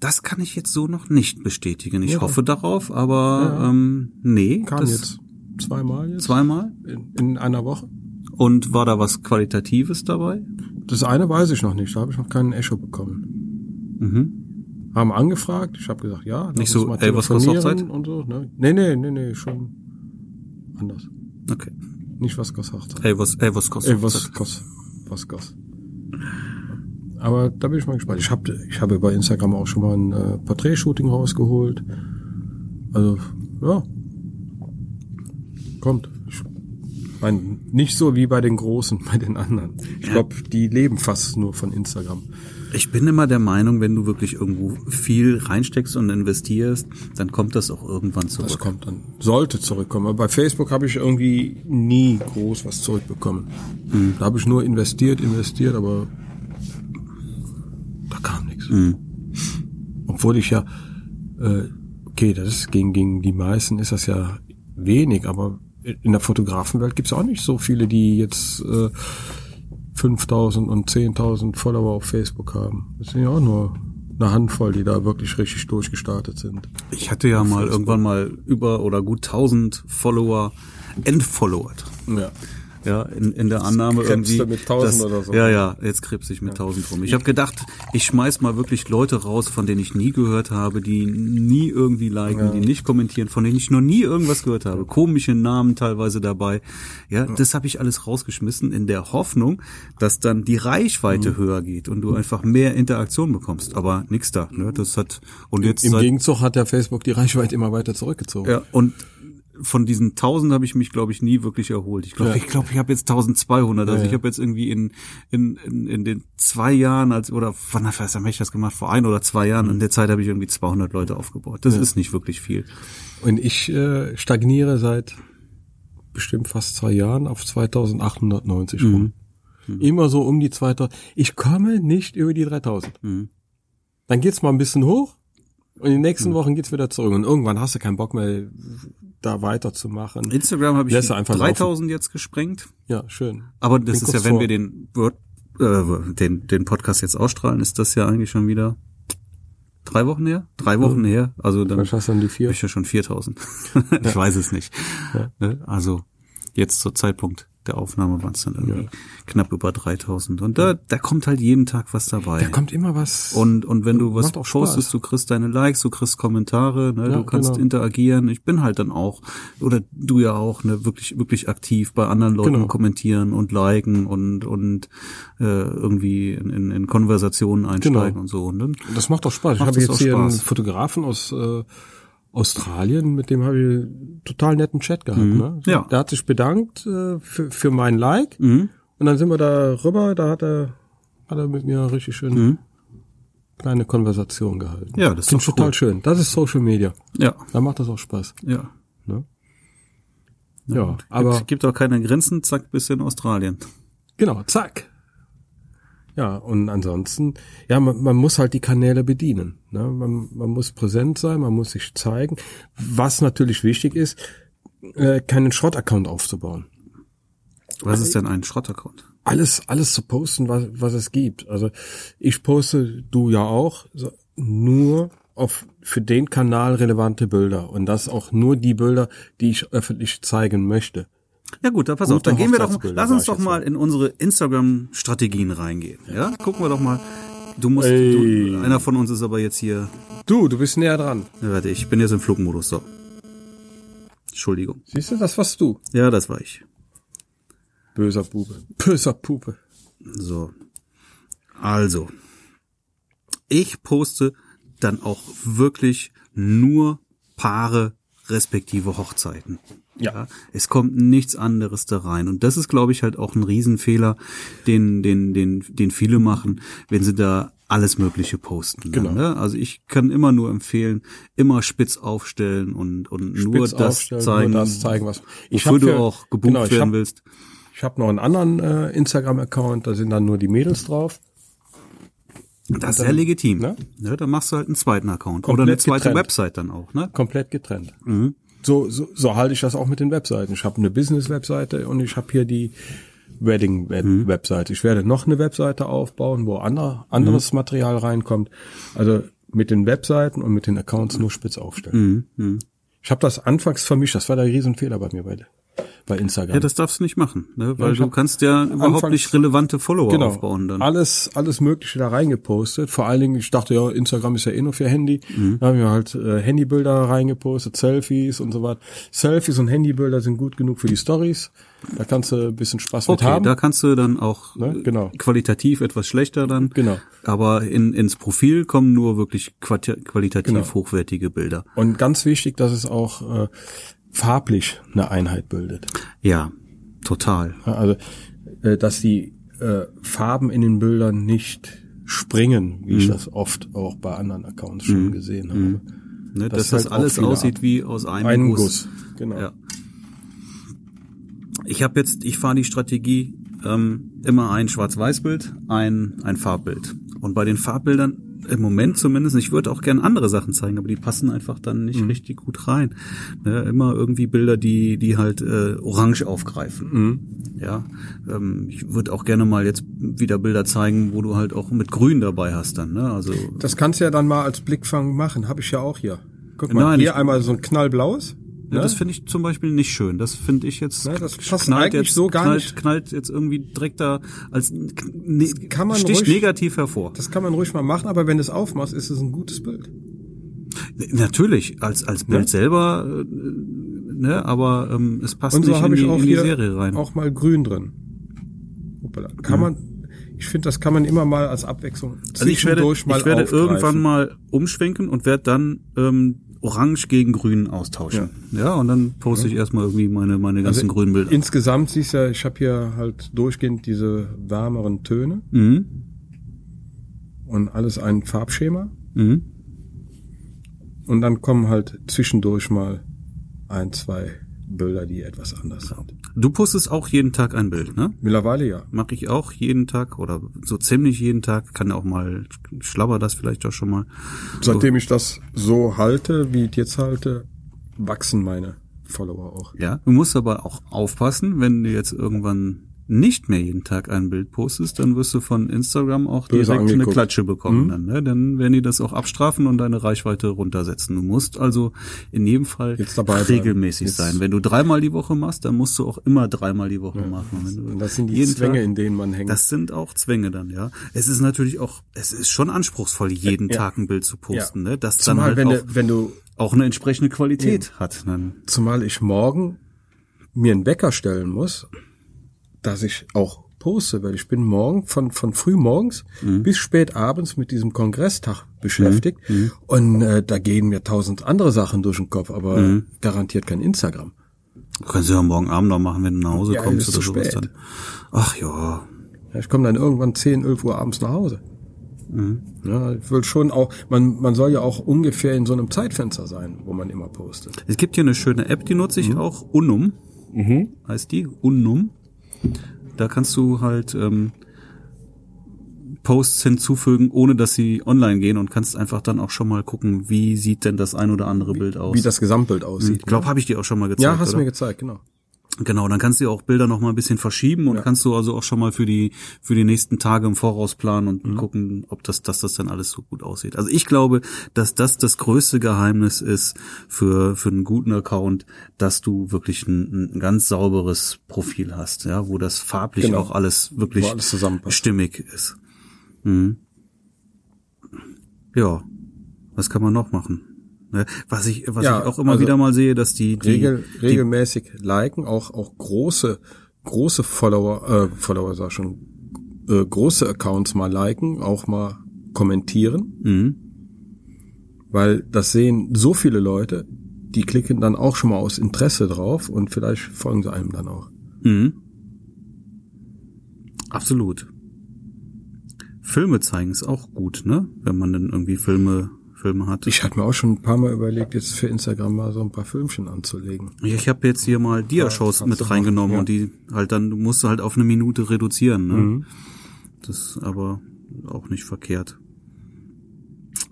Speaker 1: Das kann ich jetzt so noch nicht bestätigen. Ich hoffe darauf, aber ähm, nee.
Speaker 2: Kam
Speaker 1: das
Speaker 2: jetzt zweimal jetzt
Speaker 1: Zweimal?
Speaker 2: in, in einer Woche.
Speaker 1: Und war da was Qualitatives dabei?
Speaker 2: Das eine weiß ich noch nicht, da habe ich noch keinen Echo bekommen.
Speaker 1: Mhm.
Speaker 2: Haben angefragt, ich habe gesagt, ja. lass
Speaker 1: Nicht
Speaker 2: uns
Speaker 1: so, ey, was kostet
Speaker 2: telefonieren
Speaker 1: Hochzeit?
Speaker 2: Und so, ne? Nee, nee, nee, nee, schon anders.
Speaker 1: Okay.
Speaker 2: Nicht was kostet Hochzeit.
Speaker 1: Ey, was, ey, was kostet
Speaker 2: Ey, Äh, was kostet, was kostet. Aber da bin ich mal gespannt. Ich habe ich habe bei Instagram auch schon mal ein äh, Porträt-Shooting rausgeholt. Also, ja. Kommt. Ich mein, nicht so wie bei den Großen, bei den anderen. Ich glaube, die leben fast nur von Instagram.
Speaker 1: Ich bin immer der Meinung, wenn du wirklich irgendwo viel reinsteckst und investierst, dann kommt das auch irgendwann zurück.
Speaker 2: Das kommt dann, sollte zurückkommen. Aber bei Facebook habe ich irgendwie nie groß was zurückbekommen. Da habe ich nur investiert, investiert, aber da kam nichts. Obwohl ich ja, äh, okay, das ist gegen, gegen die meisten ist das ja wenig, aber in der Fotografenwelt gibt es auch nicht so viele, die jetzt äh, 5000 und 10.000 Follower auf Facebook haben. Das sind ja auch nur eine Handvoll, die da wirklich richtig durchgestartet sind.
Speaker 1: Ich hatte ja mal irgendwann mal über oder gut 1000 Follower entfollowert.
Speaker 2: Ja.
Speaker 1: Ja, in, in der Annahme
Speaker 2: krebst du
Speaker 1: irgendwie.
Speaker 2: mit 1000
Speaker 1: dass-
Speaker 2: oder so.
Speaker 1: Ja, ja, jetzt krebs ich mit 1000 rum. Ich habe gedacht, ich schmeiß mal wirklich Leute raus, von denen ich nie gehört habe, die nie irgendwie liken, die nicht kommentieren, von denen ich noch nie irgendwas gehört habe. Komische Namen teilweise dabei. Ja, das habe ich alles rausgeschmissen in der Hoffnung, dass dann die
Speaker 2: Mhm.
Speaker 1: Reichweite höher geht und du einfach mehr Interaktion bekommst. Aber nix da. Ne? Das hat und jetzt
Speaker 2: Im
Speaker 1: seit,
Speaker 2: Gegenzug hat ja Facebook die Reichweite immer weiter zurückgezogen.
Speaker 1: ja, und von diesen 1000 habe ich mich, glaube ich, nie wirklich erholt. Ich glaube,
Speaker 2: Ja.
Speaker 1: ich glaube, ich habe jetzt 1200. Also
Speaker 2: Ja,
Speaker 1: ich
Speaker 2: ja.
Speaker 1: habe jetzt irgendwie in, in, in, in den zwei Jahren als oder wann weiß, wann hab ich das gemacht? Vor ein oder zwei
Speaker 2: Mhm.
Speaker 1: Jahren. In der Zeit habe ich irgendwie 200 Leute aufgebaut. Das ist nicht wirklich viel.
Speaker 2: Und ich äh, stagniere seit bestimmt fast zwei Jahren auf 2890 rum.
Speaker 1: Mhm.
Speaker 2: Immer so um die 2000. Ich komme nicht über die 3000.
Speaker 1: Mhm.
Speaker 2: Dann geht's mal ein bisschen hoch und in den nächsten
Speaker 1: Mhm.
Speaker 2: Wochen geht's wieder zurück. Und irgendwann hast du keinen Bock mehr, da weiterzumachen.
Speaker 1: Instagram habe ich
Speaker 2: Lässt du einfach
Speaker 1: 3000 jetzt gesprengt.
Speaker 2: Ja, schön.
Speaker 1: Aber das
Speaker 2: Bin
Speaker 1: ist ja,
Speaker 2: kurz
Speaker 1: wenn
Speaker 2: vor.
Speaker 1: wir den, Word, äh, den, den Podcast jetzt ausstrahlen, ist das ja eigentlich schon wieder drei Wochen her? Drei Wochen her. Also dann
Speaker 2: Vielleicht hast du dann die
Speaker 1: Hab
Speaker 2: vier.
Speaker 1: ich ja schon 4000. ich weiß es nicht. Ne? Also jetzt zur Zeitpunkt der Aufnahme waren es dann irgendwie knapp über 3000. Und da, da kommt halt jeden Tag was dabei.
Speaker 2: Da kommt immer was.
Speaker 1: und, und wenn du was
Speaker 2: Macht auch Spaß.
Speaker 1: postest, du kriegst deine Likes, du kriegst Kommentare, ne,
Speaker 2: Ja,
Speaker 1: du kannst
Speaker 2: genau.
Speaker 1: interagieren. Ich bin halt dann auch, oder du ja auch, ne, wirklich, wirklich aktiv bei anderen Leuten
Speaker 2: Genau.
Speaker 1: kommentieren und liken und, und äh, irgendwie in, in, in Konversationen einsteigen
Speaker 2: Genau.
Speaker 1: und so. Und dann
Speaker 2: Das macht doch Spaß. Ich
Speaker 1: Macht
Speaker 2: habe
Speaker 1: das
Speaker 2: jetzt
Speaker 1: auch
Speaker 2: hier einen
Speaker 1: Spaß.
Speaker 2: Fotografen aus äh, Australien, mit dem habe ich einen total netten Chat gehabt. Ne?
Speaker 1: Mhm. Ja. Mhm.
Speaker 2: Der hat sich bedankt äh, für, für mein Like. Und dann sind wir da rüber, da hat er, hat er mit mir richtig schön kleine Konversation gehalten.
Speaker 1: Mhm. Ja, das ist
Speaker 2: Finde ich
Speaker 1: doch
Speaker 2: total
Speaker 1: cool.
Speaker 2: schön. Das ist Social Media.
Speaker 1: ja,
Speaker 2: Da macht das auch Spaß.
Speaker 1: ja.
Speaker 2: Ne? Ja, aber
Speaker 1: gibt, gibt auch keine Grenzen, zack, bis in Australien.
Speaker 2: genau, zack. Ja, und ansonsten, ja, man, man muss halt die Kanäle bedienen. Ne? Man, man muss präsent sein, man muss sich zeigen. Was natürlich wichtig ist, äh, keinen Schrott-Account aufzubauen.
Speaker 1: Was ist denn ein Schrottaccount?
Speaker 2: Alles, alles zu posten, was, was es gibt. Also ich poste, du ja auch, so, nur auf für den Kanal relevante Bilder. Und das auch nur die Bilder, die ich öffentlich zeigen möchte.
Speaker 1: Ja gut, dann pass
Speaker 2: Gute
Speaker 1: auf, dann gehen wir doch,
Speaker 2: Hochzeitsbilder,
Speaker 1: lass uns
Speaker 2: sag
Speaker 1: doch
Speaker 2: ich jetzt
Speaker 1: mal in unsere Instagram-Strategien reingehen. Ja, gucken wir doch mal. Du musst, du, einer von uns ist aber jetzt hier,
Speaker 2: Du, du bist näher dran.
Speaker 1: Ja, warte, ich bin jetzt im Flugmodus, so. Entschuldigung.
Speaker 2: Siehst du, das warst du.
Speaker 1: Ja, das war ich.
Speaker 2: Böser Bube. Böser Puppe.
Speaker 1: So. Also. Ich poste dann auch wirklich nur Paare respektive Hochzeiten.
Speaker 2: Ja.
Speaker 1: Es kommt nichts anderes da rein. Und das ist, glaube ich, halt auch ein Riesenfehler, den, den, den, den viele machen, wenn sie da alles Mögliche posten. Dann,
Speaker 2: Genau.
Speaker 1: ne? Also ich kann immer nur empfehlen, immer spitz aufstellen und, und nur
Speaker 2: Spitz
Speaker 1: das
Speaker 2: aufstellen,
Speaker 1: zeigen,
Speaker 2: nur das zeigen, was
Speaker 1: ich
Speaker 2: hab
Speaker 1: wofür du
Speaker 2: für-
Speaker 1: auch gebucht
Speaker 2: genau, ich
Speaker 1: werden
Speaker 2: hab-
Speaker 1: willst.
Speaker 2: Ich habe noch einen anderen äh, Instagram-Account, da sind dann nur die Mädels drauf.
Speaker 1: Das ist ja legitim. Ne?
Speaker 2: ne?
Speaker 1: dann machst du halt einen zweiten Account oder
Speaker 2: Komplett
Speaker 1: eine zweite
Speaker 2: getrennt.
Speaker 1: Website dann auch. Ne?
Speaker 2: Komplett getrennt.
Speaker 1: Mhm.
Speaker 2: So, so, so halte ich das auch mit den Webseiten. Ich habe eine Business-Webseite und ich habe hier die
Speaker 1: Mhm. Mhm.
Speaker 2: Wedding-Webseite. Ich werde noch eine Webseite aufbauen, wo ander, anderes Material reinkommt. Also mit den Webseiten und mit den Accounts nur spitz aufstellen.
Speaker 1: Mhm. Mhm.
Speaker 2: Ich habe das anfangs vermischt, das war der Riesenfehler bei mir bei, bei Instagram.
Speaker 1: Ja, das darfst du nicht machen, ne? weil
Speaker 2: ich
Speaker 1: du
Speaker 2: hab
Speaker 1: kannst ja überhaupt
Speaker 2: anfangs-
Speaker 1: nicht relevante Follower
Speaker 2: genau.
Speaker 1: aufbauen dann.
Speaker 2: Alles, alles Mögliche da reingepostet. Vor allen Dingen, ich dachte, ja, Instagram ist ja eh nur für Handy.
Speaker 1: Mhm.
Speaker 2: Da haben wir halt äh, Handybilder reingepostet, Selfies und so was. Selfies und Handybilder sind gut genug für die Stories. Da kannst du ein bisschen Spaß mit
Speaker 1: Okay,
Speaker 2: haben.
Speaker 1: da kannst du dann auch
Speaker 2: Ne,
Speaker 1: äh,
Speaker 2: genau.
Speaker 1: qualitativ etwas schlechter dann.
Speaker 2: Genau.
Speaker 1: Aber in, ins Profil kommen nur wirklich quati- qualitativ
Speaker 2: Genau.
Speaker 1: hochwertige Bilder.
Speaker 2: Und ganz wichtig, dass es auch äh, farblich eine Einheit bildet.
Speaker 1: Ja, total.
Speaker 2: Ja, Also, äh, dass die äh, Farben in den Bildern nicht springen, wie ich
Speaker 1: Mhm.
Speaker 2: das oft auch bei anderen Accounts schon gesehen habe.
Speaker 1: Ne?
Speaker 2: Das
Speaker 1: Dass
Speaker 2: ist
Speaker 1: das
Speaker 2: halt auch
Speaker 1: alles
Speaker 2: viele
Speaker 1: aussieht
Speaker 2: Art.
Speaker 1: wie aus einem
Speaker 2: Ein
Speaker 1: Guss.
Speaker 2: Guss. Genau.
Speaker 1: Ja. Ich habe jetzt, ich fahre die Strategie ähm, immer ein Schwarz-Weiß-Bild, ein, ein Farbbild. Und bei den Farbbildern im Moment zumindest, ich würde auch gerne andere Sachen zeigen, aber die passen einfach dann nicht richtig gut rein. Ne, immer irgendwie Bilder, die, die halt äh, orange aufgreifen. Ja, ähm, ich würde auch gerne mal jetzt wieder Bilder zeigen, wo du halt auch mit Grün dabei hast dann. Ne? Also
Speaker 2: Das kannst du ja dann mal als Blickfang machen. Habe ich ja auch hier. Guck mal,
Speaker 1: Nein,
Speaker 2: hier
Speaker 1: ich-
Speaker 2: einmal so ein knallblaues.
Speaker 1: Ja,
Speaker 2: ne?
Speaker 1: das finde ich zum Beispiel nicht schön. Das finde ich jetzt
Speaker 2: Nein, das
Speaker 1: kn-
Speaker 2: passt eigentlich so gar
Speaker 1: knallt,
Speaker 2: nicht.
Speaker 1: knallt jetzt irgendwie direkt da als kn- ne,
Speaker 2: kann man
Speaker 1: sticht
Speaker 2: ruhig-
Speaker 1: negativ hervor.
Speaker 2: das kann man ruhig mal machen, aber wenn du es aufmachst, ist es ein gutes Bild.
Speaker 1: Natürlich als als Bild selber, äh, ne, aber ähm, es passt
Speaker 2: Und so
Speaker 1: nicht in
Speaker 2: habe
Speaker 1: die,
Speaker 2: ich auch
Speaker 1: in die
Speaker 2: hier
Speaker 1: Serie rein.
Speaker 2: auch mal grün drin. Hoppala. Kann man, ich finde, das kann man immer mal als Abwechslung
Speaker 1: also ich werde, ich werde
Speaker 2: aufgreifen.
Speaker 1: irgendwann mal umschwenken und werde dann ähm, Orange gegen Grün austauschen. Ja, und dann poste ich erstmal irgendwie meine meine ganzen
Speaker 2: Also
Speaker 1: grünen Bilder.
Speaker 2: Insgesamt siehst du ja, ich habe hier halt durchgehend diese wärmeren Töne
Speaker 1: Mhm.
Speaker 2: und alles ein Farbschema.
Speaker 1: Mhm.
Speaker 2: Und dann kommen halt zwischendurch mal ein, zwei Bilder, die etwas anders sind.
Speaker 1: Du postest auch jeden Tag ein Bild, ne?
Speaker 2: Mittlerweile ja.
Speaker 1: mache ich auch jeden Tag oder so ziemlich jeden Tag. Kann auch mal schlabber das vielleicht auch schon mal.
Speaker 2: Seitdem ich das so halte, wie ich jetzt halte, wachsen meine Follower auch.
Speaker 1: Ja, du musst aber auch aufpassen, wenn du jetzt irgendwann nicht mehr jeden Tag ein Bild postest, dann wirst du von Instagram auch
Speaker 2: Böse
Speaker 1: direkt eine
Speaker 2: angeguckt. Hm?
Speaker 1: Klatsche bekommen. Dann, ne? dann werden die das auch abstrafen und deine Reichweite runtersetzen. Du musst also in jedem Fall
Speaker 2: Jetzt dabei bleiben.
Speaker 1: regelmäßig
Speaker 2: Jetzt-
Speaker 1: sein. Wenn du dreimal die Woche machst, dann musst du auch immer dreimal die Woche machen. Wenn du
Speaker 2: Und das sind die
Speaker 1: jeden
Speaker 2: Zwänge,
Speaker 1: Tag-
Speaker 2: in denen man hängt.
Speaker 1: Das sind auch Zwänge dann, ja. Es ist natürlich auch, es ist schon anspruchsvoll, jeden
Speaker 2: Äh, Ja.
Speaker 1: Tag ein Bild zu posten,
Speaker 2: Ja.
Speaker 1: ne? Das dann
Speaker 2: zumal
Speaker 1: halt
Speaker 2: wenn,
Speaker 1: auch,
Speaker 2: du, wenn du,
Speaker 1: auch eine entsprechende Qualität hat. ne? Dann.
Speaker 2: zumal ich morgen mir einen Wecker stellen muss, dass ich auch poste, weil ich bin morgen von, von früh morgens
Speaker 1: Mhm.
Speaker 2: bis spät abends mit diesem Kongresstag beschäftigt
Speaker 1: Mhm.
Speaker 2: und äh, da gehen mir tausend andere Sachen durch den Kopf, aber
Speaker 1: Mhm.
Speaker 2: garantiert kein Instagram.
Speaker 1: Kannst du ja morgen Abend noch machen, wenn du nach Hause
Speaker 2: Ja,
Speaker 1: kommst
Speaker 2: ist
Speaker 1: oder
Speaker 2: zu
Speaker 1: sowas
Speaker 2: spät.
Speaker 1: dann. Ach ja.
Speaker 2: Ja, ich komme dann irgendwann 10, 11 Uhr abends nach Hause.
Speaker 1: Mhm.
Speaker 2: Ja, ich will schon auch, man, man soll ja auch ungefähr in so einem Zeitfenster sein, wo man immer postet.
Speaker 1: Es gibt hier eine schöne App, die nutze ich
Speaker 2: Mhm.
Speaker 1: auch, Unum. Heißt die? Unum. Da kannst du halt ähm, Posts hinzufügen, ohne dass sie online gehen und kannst einfach dann auch schon mal gucken, wie sieht denn das ein oder andere Bild aus.
Speaker 2: Wie das Gesamtbild aussieht.
Speaker 1: ich glaube, habe Mhm, ich dir auch schon mal gezeigt.
Speaker 2: ja, hast
Speaker 1: oder?
Speaker 2: mir gezeigt, genau.
Speaker 1: Genau, dann kannst du ja auch Bilder noch mal ein bisschen verschieben und kannst du also auch schon mal für die für die nächsten Tage im Voraus planen und
Speaker 2: Mhm.
Speaker 1: gucken, ob das dass das dann alles so gut aussieht. Also ich glaube, dass das das größte Geheimnis ist für für einen guten Account, dass du wirklich ein, ein ganz sauberes Profil hast, ja, wo das farblich
Speaker 2: Genau.
Speaker 1: auch alles wirklich
Speaker 2: Wo alles zusammenpasst.
Speaker 1: stimmig ist. Mhm. Ja, was kann man noch machen? Ne, Was ich was
Speaker 2: Ja,
Speaker 1: ich auch immer
Speaker 2: also
Speaker 1: wieder mal sehe, dass die, die
Speaker 2: Regel, regelmäßig liken, auch, auch große, große Follower, äh, Follower sag schon, äh, große Accounts mal liken, auch mal kommentieren,
Speaker 1: Mhm.
Speaker 2: weil das sehen so viele Leute, die klicken dann auch schon mal aus Interesse drauf und vielleicht folgen sie einem dann auch.
Speaker 1: Mhm. Absolut. Filme zeigen ist auch gut, ne? Wenn man dann irgendwie Filme, Filme hat.
Speaker 2: Ich hatte mir auch schon ein paar Mal überlegt, jetzt für Instagram mal so ein paar Filmchen anzulegen.
Speaker 1: Ja, Ich habe jetzt hier mal Diashows
Speaker 2: Ja, kannst du
Speaker 1: mit reingenommen
Speaker 2: machen, ja.
Speaker 1: und die halt dann, du musst du halt auf eine Minute reduzieren. Ne?
Speaker 2: Mhm.
Speaker 1: Das ist aber auch nicht verkehrt.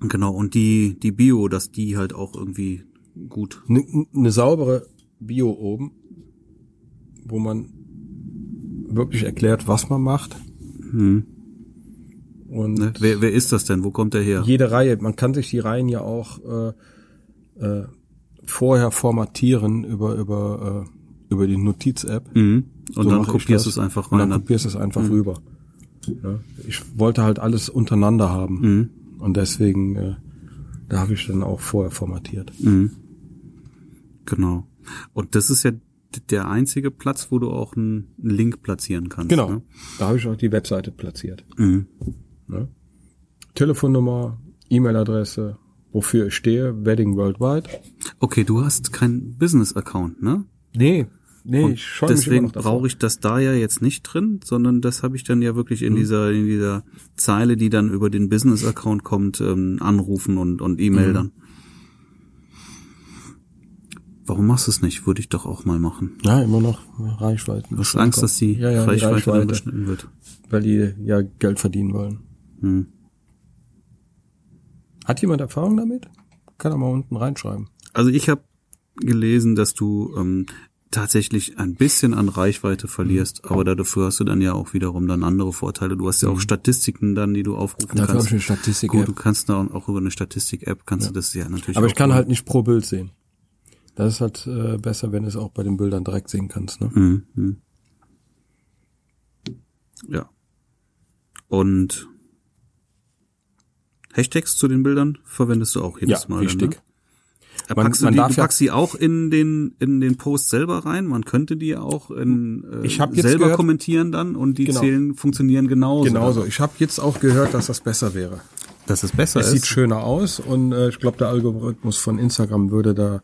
Speaker 1: Und Genau, und die, die Bio, dass die halt auch irgendwie gut.
Speaker 2: Eine ne saubere Bio oben, wo Mhm. man wirklich erklärt, was man macht. Und
Speaker 1: Ne? Wer, wer ist das denn? Wo kommt der her?
Speaker 2: jede Reihe, man kann sich die Reihen ja auch äh, äh, vorher formatieren über über äh, über die Notiz-App.
Speaker 1: Mhm. Und
Speaker 2: So
Speaker 1: dann
Speaker 2: mache ich
Speaker 1: kopierst du
Speaker 2: das.
Speaker 1: es einfach
Speaker 2: Und
Speaker 1: rein. ne? Mhm.
Speaker 2: dann kopierst du es einfach rüber. Ja, ich wollte halt alles untereinander haben.
Speaker 1: Mhm.
Speaker 2: Und deswegen, äh, da habe ich dann auch vorher formatiert.
Speaker 1: Genau. Und das ist ja d- der einzige Platz, wo du auch einen Link platzieren kannst.
Speaker 2: Genau.
Speaker 1: Ne?
Speaker 2: Da habe ich auch die Webseite platziert.
Speaker 1: Mhm.
Speaker 2: Ne? Telefonnummer, E-Mail-Adresse, wofür ich stehe, Wedding Worldwide.
Speaker 1: Okay, du hast keinen Business-Account, ne?
Speaker 2: Nee, nee,
Speaker 1: Und
Speaker 2: ich scheue mich immer
Speaker 1: deswegen
Speaker 2: noch davor.
Speaker 1: brauche ich das da ja jetzt nicht drin, sondern das habe ich dann ja wirklich
Speaker 2: Hm.
Speaker 1: in dieser in dieser Zeile, die dann über den Business-Account kommt, ähm, anrufen und und
Speaker 2: Hm.
Speaker 1: E-Mail dann. Warum machst du es nicht? Würde ich doch auch mal machen.
Speaker 2: Ja, immer noch Reichweiten.
Speaker 1: Du hast Angst, dass die
Speaker 2: ja, ja, die
Speaker 1: Reichweite, dann
Speaker 2: Reichweite
Speaker 1: beschnitten wird.
Speaker 2: weil die ja Geld verdienen wollen.
Speaker 1: Hm.
Speaker 2: Hat jemand Erfahrung damit? Kann er mal unten reinschreiben.
Speaker 1: Also ich habe gelesen, dass du ähm, tatsächlich ein bisschen an Reichweite verlierst,
Speaker 2: Mhm.
Speaker 1: aber dafür hast du dann ja auch wiederum dann andere Vorteile. Du hast ja auch Statistiken dann, die du aufrufen
Speaker 2: Dafür habe
Speaker 1: kannst.
Speaker 2: ich eine Mhm. Statistik.
Speaker 1: Gut, du kannst dann auch über eine Statistik-App kannst du das ja natürlich.
Speaker 2: Aber ich
Speaker 1: auch
Speaker 2: kann
Speaker 1: machen.
Speaker 2: halt nicht pro Bild sehen. Das ist halt äh, besser, wenn du es auch bei den Bildern direkt sehen kannst. Ne?
Speaker 1: Mhm. mhm. Ja. Und Hashtags zu den Bildern verwendest du auch jedes Mal. Dann, ne? Ja,
Speaker 2: Man-
Speaker 1: packst
Speaker 2: man
Speaker 1: du, die,
Speaker 2: darf
Speaker 1: du
Speaker 2: ja-
Speaker 1: packst sie auch in den in den Post selber rein. Man könnte die auch in äh,
Speaker 2: Ich hab jetzt
Speaker 1: selber
Speaker 2: gehört-
Speaker 1: kommentieren dann und die
Speaker 2: Genau.
Speaker 1: zählen funktionieren genauso.
Speaker 2: Genauso. Genau Ich habe jetzt auch gehört, dass das besser wäre.
Speaker 1: Dass es besser
Speaker 2: Es
Speaker 1: ist.
Speaker 2: sieht schöner aus und äh, ich glaube, der Algorithmus von Instagram würde da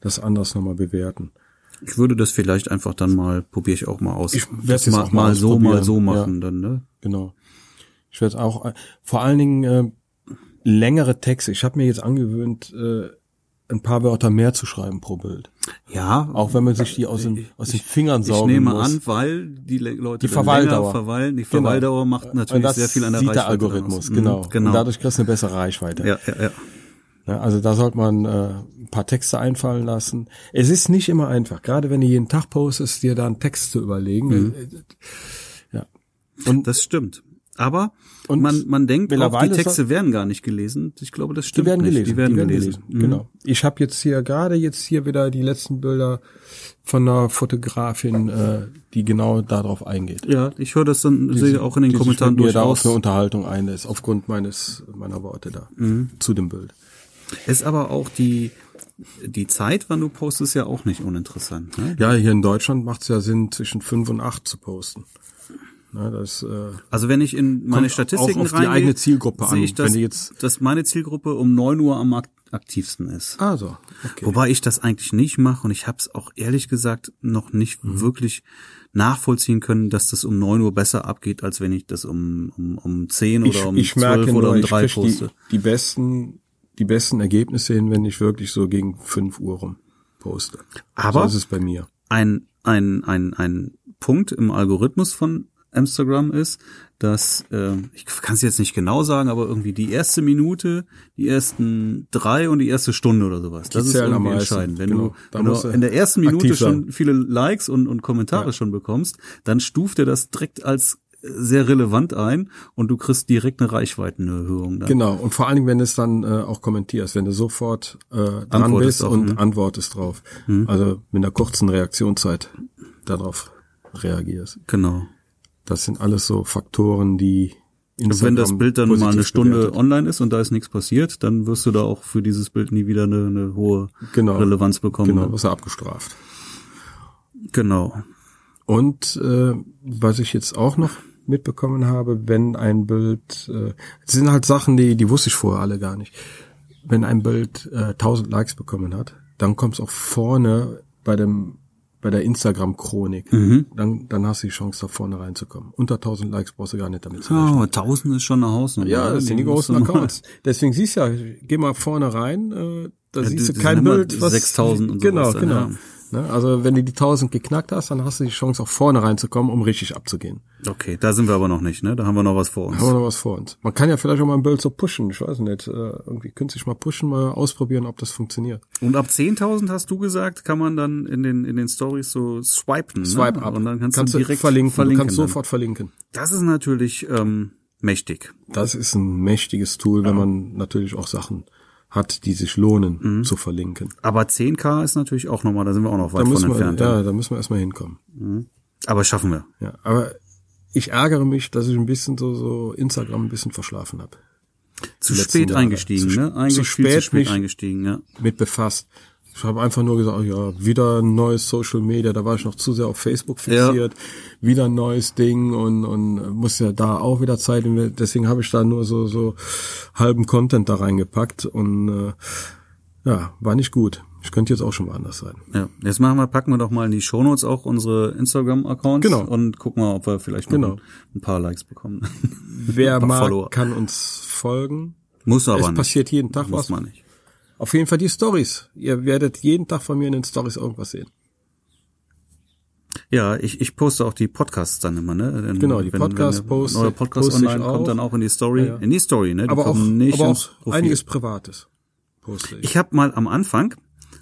Speaker 2: das anders nochmal bewerten.
Speaker 1: ich würde das vielleicht einfach dann mal probiere ich auch mal aus.
Speaker 2: Ich werd's
Speaker 1: Das
Speaker 2: jetzt
Speaker 1: mal,
Speaker 2: auch mal
Speaker 1: mal so mal so
Speaker 2: ausprobieren, ja.
Speaker 1: machen dann ne.
Speaker 2: Genau. Ich werde auch äh, vor allen Dingen äh, längere Texte. Ich habe mir jetzt angewöhnt, äh, ein paar Wörter mehr zu schreiben pro Bild.
Speaker 1: Ja,
Speaker 2: Auch wenn man sich die aus, den aus den Fingern
Speaker 1: ich
Speaker 2: saugen
Speaker 1: nehme
Speaker 2: muss.
Speaker 1: an, weil die Le- Leute
Speaker 2: Die
Speaker 1: dann
Speaker 2: Verweildauer.
Speaker 1: länger verweilen. Die
Speaker 2: Genau.
Speaker 1: Verweildauer macht
Speaker 2: Und
Speaker 1: natürlich
Speaker 2: das
Speaker 1: sehr viel an der
Speaker 2: sieht
Speaker 1: Reichweite
Speaker 2: der Algorithmus,
Speaker 1: aus. Mhm,
Speaker 2: genau.
Speaker 1: genau.
Speaker 2: Und dadurch kriegst du eine bessere Reichweite.
Speaker 1: ja, ja, ja.
Speaker 2: Ne, Also da sollte man äh, ein paar Texte einfallen lassen. Es ist nicht immer einfach, gerade wenn du jeden Tag postest, dir da einen Text zu überlegen.
Speaker 1: Mhm.
Speaker 2: äh, Ja. Und
Speaker 1: Das stimmt. Aber
Speaker 2: Und
Speaker 1: man, man denkt auch, die
Speaker 2: mittlerweile
Speaker 1: Texte werden gar nicht gelesen. Ich glaube, das
Speaker 2: die
Speaker 1: stimmt
Speaker 2: werden
Speaker 1: nicht.
Speaker 2: gelesen.
Speaker 1: Die werden gelesen. Mhm.
Speaker 2: Genau. Ich habe jetzt hier gerade jetzt hier wieder die letzten Bilder von einer Fotografin, äh, die genau darauf eingeht.
Speaker 1: Ja, ich höre das dann, sehe auch in den
Speaker 2: Die sich
Speaker 1: Kommentaren
Speaker 2: mit mir da auf
Speaker 1: durchaus.
Speaker 2: eine Unterhaltung einlässt, aufgrund meines meiner Worte da
Speaker 1: Mhm.
Speaker 2: zu dem Bild.
Speaker 1: Ist aber auch die, die Zeit, wann du postest, ja auch nicht uninteressant. Ne?
Speaker 2: Ja, hier in Deutschland macht es ja Sinn, zwischen fünf und acht zu posten. Na, das äh,
Speaker 1: Also wenn ich in meine
Speaker 2: Kommt
Speaker 1: Statistiken
Speaker 2: auch auf die
Speaker 1: reingehe,
Speaker 2: eigene Zielgruppe
Speaker 1: sehe
Speaker 2: an.
Speaker 1: ich, dass,
Speaker 2: Wenn die jetzt-
Speaker 1: dass meine Zielgruppe um 9 Uhr am ak- aktivsten ist.
Speaker 2: also okay.
Speaker 1: Wobei ich das eigentlich nicht mache und ich habe es auch ehrlich gesagt noch nicht
Speaker 2: Mhm.
Speaker 1: wirklich nachvollziehen können, dass das um 9 Uhr besser abgeht, als wenn ich das um, um, um 10 oder um 12 oder um
Speaker 2: ich
Speaker 1: 3
Speaker 2: krieg
Speaker 1: poste.
Speaker 2: die, die besten die besten Ergebnisse hin, wenn ich wirklich so gegen 5 Uhr rum poste.
Speaker 1: Aber-
Speaker 2: so ist es bei mir.
Speaker 1: ein, ein, ein, ein Punkt im Algorithmus von Instagram ist, dass, äh, ich kann es jetzt nicht genau sagen, aber irgendwie die erste Minute, die ersten drei und die erste Stunde oder sowas. das ist
Speaker 2: zählen am
Speaker 1: irgendwie
Speaker 2: meisten,
Speaker 1: entscheidend. Wenn
Speaker 2: genau.
Speaker 1: du,
Speaker 2: Da
Speaker 1: wenn du
Speaker 2: musst du
Speaker 1: in der ersten Minute
Speaker 2: aktiv sein.
Speaker 1: schon viele Likes und, und Kommentare schon bekommst, dann stuft er das direkt als äh, sehr relevant ein und du kriegst direkt eine Reichweitenerhöhung. Dann.
Speaker 2: Genau und vor allen Dingen, wenn du es dann äh, auch kommentierst, wenn du sofort äh, dran
Speaker 1: Antwortest
Speaker 2: bist
Speaker 1: auch, hm?
Speaker 2: und antwortest drauf, also mit einer kurzen Reaktionszeit darauf reagierst.
Speaker 1: genau.
Speaker 2: Das sind alles so Faktoren, die
Speaker 1: Also Wenn
Speaker 2: Instagram
Speaker 1: das Bild dann mal
Speaker 2: positiv
Speaker 1: eine Stunde
Speaker 2: bewertet.
Speaker 1: online ist und da ist nichts passiert, dann wirst du da auch für dieses Bild nie wieder eine, eine hohe
Speaker 2: Genau.
Speaker 1: Relevanz bekommen.
Speaker 2: genau, was er abgestraft.
Speaker 1: Genau.
Speaker 2: Und äh, was ich jetzt auch noch mitbekommen habe, wenn ein Bild, äh, das sind halt Sachen, die, die wusste ich vorher alle gar nicht. Wenn ein Bild äh, 1000 Likes bekommen hat, dann kommt es auch vorne bei dem bei der Instagram-Chronik. Dann, dann hast du die Chance, da vorne reinzukommen. Unter 1000 Likes brauchst du gar nicht damit zu rechnen.
Speaker 1: Oh, 1000 ist schon eine Hausnummer. ne?
Speaker 2: Ja, das sind die
Speaker 1: musst
Speaker 2: großen
Speaker 1: du mal-
Speaker 2: Accounts. Deswegen siehst du ja, geh mal vorne rein, äh, da
Speaker 1: Ja,
Speaker 2: siehst
Speaker 1: die- die
Speaker 2: du kein
Speaker 1: sind immer
Speaker 2: Bild, was
Speaker 1: 6000 und
Speaker 2: genau,
Speaker 1: sowas dann,
Speaker 2: genau.
Speaker 1: ja.
Speaker 2: Ne, Also wenn du die 1000 geknackt hast, dann hast du die Chance auch vorne reinzukommen, um richtig abzugehen.
Speaker 1: Okay, da sind wir aber noch nicht, ne? Da haben wir noch was vor uns.
Speaker 2: Haben wir noch was vor uns. Man kann ja vielleicht auch mal ein Bild so pushen, ich weiß nicht, äh, irgendwie künstlich mal pushen, mal ausprobieren, ob das funktioniert.
Speaker 1: Und ab 10.000 hast du gesagt, kann man dann in den in den Stories so swipen, ne?
Speaker 2: Swipe ab.
Speaker 1: und dann kannst, du direkt
Speaker 2: verlinken,
Speaker 1: verlinken
Speaker 2: du kannst
Speaker 1: dann.
Speaker 2: sofort verlinken.
Speaker 1: Das ist natürlich ähm, Mächtig.
Speaker 2: Das ist ein mächtiges Tool, wenn man natürlich auch Sachen hat, die sich lohnen
Speaker 1: Mhm.
Speaker 2: zu verlinken.
Speaker 1: Aber 10K ist natürlich auch nochmal, da sind wir auch noch weit
Speaker 2: Da
Speaker 1: von
Speaker 2: müssen, wir,
Speaker 1: entfernt.
Speaker 2: ja, da müssen wir erstmal hinkommen.
Speaker 1: Aber schaffen wir.
Speaker 2: Ja, aber ich ärgere mich, dass ich ein bisschen so, so Instagram ein bisschen verschlafen habe.
Speaker 1: Zu
Speaker 2: letzten
Speaker 1: spät
Speaker 2: Jahre.
Speaker 1: eingestiegen,
Speaker 2: Zu
Speaker 1: ne?
Speaker 2: sp-
Speaker 1: Eigentlich
Speaker 2: zu
Speaker 1: viel zu
Speaker 2: spät
Speaker 1: spät
Speaker 2: nicht.
Speaker 1: eingestiegen, ja.
Speaker 2: Mit befasst. Ich habe einfach nur gesagt, ach ja, wieder ein neues Social Media, da war ich noch zu sehr auf Facebook
Speaker 1: Ja.
Speaker 2: fixiert, wieder ein neues Ding und, und muss ja da auch wieder Zeit, inve- deswegen habe ich da nur so, so halben Content da reingepackt und äh, ja, war nicht gut. Ich könnte jetzt auch schon mal anders sein.
Speaker 1: Ja, jetzt machen wir, packen wir doch mal in die Shownotes auch unsere Instagram-Accounts
Speaker 2: Genau.
Speaker 1: und gucken mal, ob wir vielleicht noch
Speaker 2: Genau.
Speaker 1: ein paar Likes bekommen.
Speaker 2: Wer
Speaker 1: Ein paar
Speaker 2: mag,
Speaker 1: Follower.
Speaker 2: kann uns folgen.
Speaker 1: Muss aber
Speaker 2: es
Speaker 1: nicht.
Speaker 2: passiert jeden Tag
Speaker 1: Muss
Speaker 2: was.
Speaker 1: man nicht.
Speaker 2: Auf jeden Fall die Stories. Ihr werdet jeden Tag von mir in den Stories irgendwas sehen.
Speaker 1: Ja, ich, ich poste auch die Podcasts dann immer, ne? Dann,
Speaker 2: Genau, die Podcasts
Speaker 1: wenn
Speaker 2: poste-
Speaker 1: Neuer Podcast
Speaker 2: poste ich
Speaker 1: online kommt
Speaker 2: auch.
Speaker 1: dann auch in die Story.
Speaker 2: Ja, ja.
Speaker 1: In die Story, ne? Die
Speaker 2: aber auch,
Speaker 1: kommen nicht
Speaker 2: aber
Speaker 1: ins
Speaker 2: auch
Speaker 1: Profil.
Speaker 2: einiges Privates poste ich.
Speaker 1: Ich habe mal am Anfang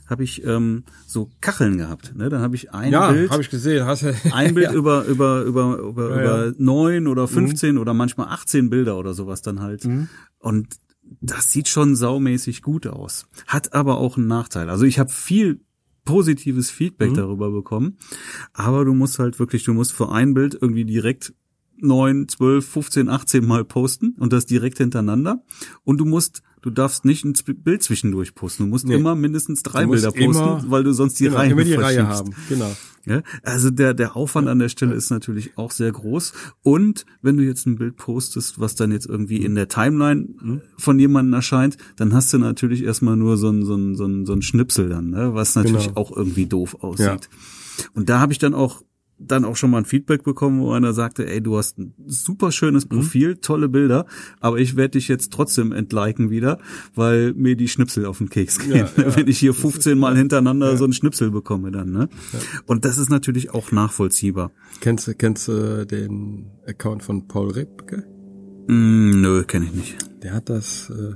Speaker 1: habe ich ähm, so Kacheln gehabt, ne? Dann habe ich ein
Speaker 2: ja,
Speaker 1: Bild
Speaker 2: habe ich gesehen. Hast du,
Speaker 1: ein Bild über über über über,
Speaker 2: ja. Mhm.
Speaker 1: über neun oder 15 oder manchmal 18 Bilder oder sowas dann halt. Und das sieht schon saumäßig gut aus. Hat aber auch einen Nachteil. Also ich habe viel positives Feedback
Speaker 2: Mhm.
Speaker 1: darüber bekommen, aber du musst halt wirklich, du musst für ein Bild irgendwie direkt neun, zwölf, 15, 18 Mal posten und das direkt hintereinander. Und du musst, du darfst nicht ein Zw- Bild zwischendurch posten. Du musst immer mindestens drei
Speaker 2: Du musst
Speaker 1: Bilder posten,
Speaker 2: immer-
Speaker 1: weil du sonst die
Speaker 2: genau,
Speaker 1: Reihen
Speaker 2: immer die Reihe
Speaker 1: verschiebst.
Speaker 2: haben. Genau.
Speaker 1: Ja, also der, der Aufwand an der Stelle ist natürlich auch sehr groß. Und wenn du jetzt ein Bild postest, was dann jetzt irgendwie in der Timeline ne, von jemandem erscheint, dann hast du natürlich erstmal nur so ein, so ein, so ein, so ein Schnipsel dann, ne? was natürlich
Speaker 2: Genau.
Speaker 1: auch irgendwie doof aussieht. Und da habe ich dann auch dann auch schon mal ein Feedback bekommen, wo einer sagte, ey, du hast ein super schönes Profil, tolle Bilder, aber ich werde dich jetzt trotzdem entliken wieder, weil mir die Schnipsel auf den Keks gehen, ne? wenn ich hier 15 Mal hintereinander so einen Schnipsel bekomme dann. Ne? Und das ist natürlich auch nachvollziehbar.
Speaker 2: Kennst du, kennst du den Account von Paul Ripke?
Speaker 1: Mm, nö, kenne ich nicht.
Speaker 2: Der hat das, äh,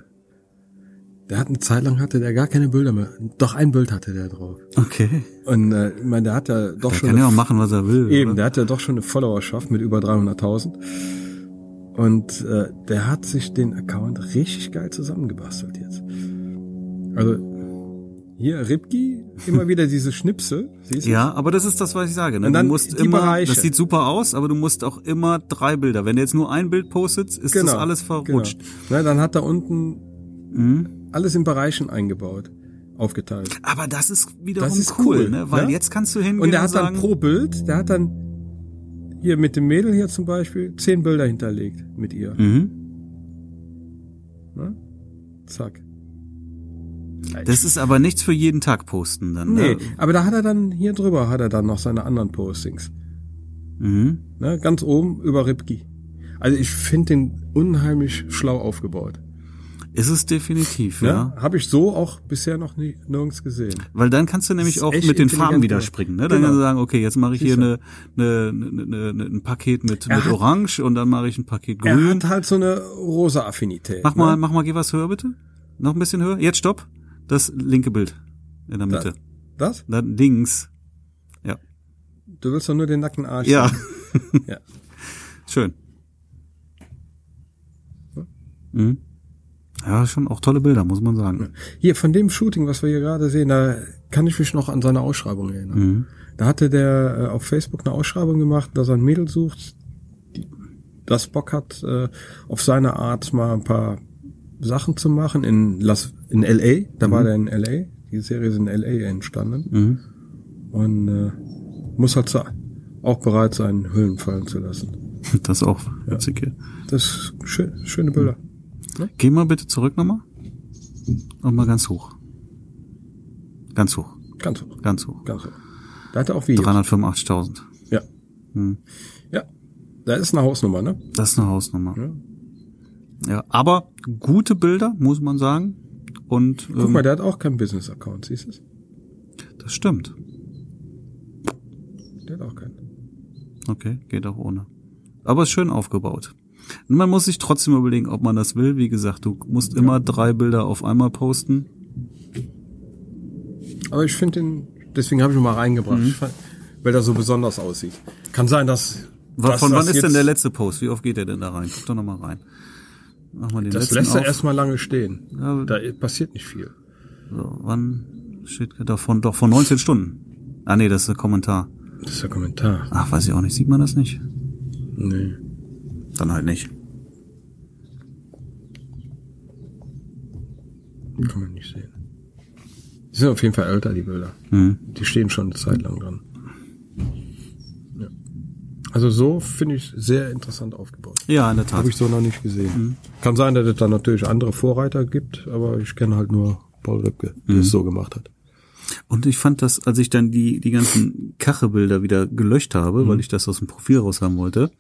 Speaker 2: der hat eine Zeit lang hatte der gar keine Bilder mehr. Doch ein Bild hatte der drauf.
Speaker 1: Okay.
Speaker 2: Und äh, ich meine, der hat ja doch
Speaker 1: Der
Speaker 2: schon
Speaker 1: kann
Speaker 2: eine
Speaker 1: ja auch machen, was er will.
Speaker 2: Eben,
Speaker 1: oder?
Speaker 2: der hat ja doch schon eine Followerschaft mit über 300.000. Und äh, der hat sich den Account richtig geil zusammengebastelt jetzt. Also hier Ripki, immer wieder diese Schnipsel, siehst du?
Speaker 1: Ja, aber das ist das, was ich sage. Ne?
Speaker 2: Und dann
Speaker 1: du musst
Speaker 2: die
Speaker 1: immer,
Speaker 2: Bereiche.
Speaker 1: das sieht super aus, aber du musst auch immer drei Bilder. Wenn du jetzt nur ein Bild postet, ist das alles verrutscht. Mhm.
Speaker 2: Genau. Na, dann hat er unten alles in Bereichen eingebaut, aufgeteilt.
Speaker 1: Aber das ist wiederum
Speaker 2: Das ist
Speaker 1: cool,
Speaker 2: cool,
Speaker 1: ne? Weil
Speaker 2: ne?
Speaker 1: jetzt kannst du hingehen
Speaker 2: Und der hat dann
Speaker 1: sagen,
Speaker 2: pro Bild, der hat dann hier mit dem Mädel hier zum Beispiel zehn Bilder hinterlegt mit ihr.
Speaker 1: mhm.
Speaker 2: Ne? Zack.
Speaker 1: Das ist aber nichts für jeden Tag posten dann.
Speaker 2: Nee,
Speaker 1: Ne?
Speaker 2: aber da hat er dann, hier drüber hat er dann noch seine anderen Postings.
Speaker 1: Mhm.
Speaker 2: Ne? Ganz oben über Ripki. Also ich finde den unheimlich schlau aufgebaut.
Speaker 1: Ist es definitiv,
Speaker 2: Ne?
Speaker 1: ja.
Speaker 2: Habe ich so auch bisher noch nie, nirgends gesehen.
Speaker 1: Weil dann kannst du nämlich
Speaker 2: ist
Speaker 1: auch
Speaker 2: echt
Speaker 1: mit den
Speaker 2: intelligent
Speaker 1: Farben wieder
Speaker 2: gemacht.
Speaker 1: springen. Ne? Dann
Speaker 2: Genau.
Speaker 1: kannst du sagen, okay, jetzt mache ich hier eine,
Speaker 2: Siehste.
Speaker 1: eine, eine, eine, eine, ein Paket mit,
Speaker 2: Er
Speaker 1: mit
Speaker 2: hat-
Speaker 1: Orange und dann mache ich ein Paket
Speaker 2: Er
Speaker 1: Grün.
Speaker 2: hat halt so eine rosa Affinität.
Speaker 1: Mach mal,
Speaker 2: ne?
Speaker 1: mach mal, geh was höher bitte. Noch ein bisschen höher. Jetzt stopp. Das linke Bild in der Mitte.
Speaker 2: Das?
Speaker 1: Dann links. Ja.
Speaker 2: Du willst doch nur den nackten Arsch.
Speaker 1: Ja.
Speaker 2: sehen. Ja.
Speaker 1: Schön. Mhm. Ja, schon auch tolle Bilder, muss man sagen.
Speaker 2: Hier, von dem Shooting, was wir hier gerade sehen, da kann ich mich noch an seine Ausschreibung erinnern. Da hatte der äh, auf Facebook eine Ausschreibung gemacht, dass er ein Mädel sucht, die das Bock hat, äh, auf seine Art mal ein paar Sachen zu machen in Las in LA. Da war der in LA. Die Serie ist in LA entstanden. Und äh, muss halt so- auch bereit sein, Hüllen fallen zu lassen.
Speaker 1: Das ist auch witzig hier.
Speaker 2: Das ist schön, schöne Bilder.
Speaker 1: Geh mal bitte zurück nochmal. Und mal ganz hoch. Ganz hoch.
Speaker 2: Ganz hoch.
Speaker 1: Ganz hoch.
Speaker 2: Ganz hoch. Da hat er auch Videos.
Speaker 1: 385.000.
Speaker 2: Ja. Ja. Da ist eine Hausnummer, ne?
Speaker 1: Das ist eine Hausnummer. Ja, aber gute Bilder, muss man sagen. Und
Speaker 2: Guck
Speaker 1: ähm,
Speaker 2: mal, der hat auch keinen Business-Account, siehst du es?
Speaker 1: das stimmt.
Speaker 2: Der hat auch keinen.
Speaker 1: Okay, geht auch ohne. Aber ist schön aufgebaut. Man muss sich trotzdem überlegen, ob man das will. Wie gesagt, du musst immer drei Bilder auf einmal posten.
Speaker 2: Aber ich finde den, deswegen habe ich ihn mal reingebracht, Ich fand- weil der so besonders aussieht. Mhm. Kann sein, dass
Speaker 1: Wa-
Speaker 2: Dass
Speaker 1: Von wann
Speaker 2: das
Speaker 1: ist denn
Speaker 2: jetzt-
Speaker 1: der letzte Post? Wie oft geht der denn da rein? Guck doch nochmal rein. Mach mal den
Speaker 2: Das
Speaker 1: letzten
Speaker 2: lässt er
Speaker 1: auf.
Speaker 2: erstmal lange stehen.
Speaker 1: Ja,
Speaker 2: da passiert nicht viel.
Speaker 1: so, wann steht davon? Doch, von 19 Stunden. Ah nee, das ist der Kommentar.
Speaker 2: Das ist der Kommentar.
Speaker 1: Ach, weiß ich auch nicht. Sieht man das nicht?
Speaker 2: Nee.
Speaker 1: Dann halt nicht.
Speaker 2: Kann man nicht sehen. Die sind auf jeden Fall älter, die Bilder.
Speaker 1: Hm.
Speaker 2: Die stehen schon eine Zeit lang dran. Ja. Also so finde ich sehr interessant aufgebaut.
Speaker 1: Ja, in der Tat.
Speaker 2: Habe ich so noch nicht gesehen. Kann sein, dass es da natürlich andere Vorreiter gibt, aber ich kenne halt nur Paul Rübke, der es so gemacht hat.
Speaker 1: Und ich fand das, als ich dann die, die ganzen Kachebilder wieder gelöscht habe, weil ich das aus dem Profil raus haben wollte,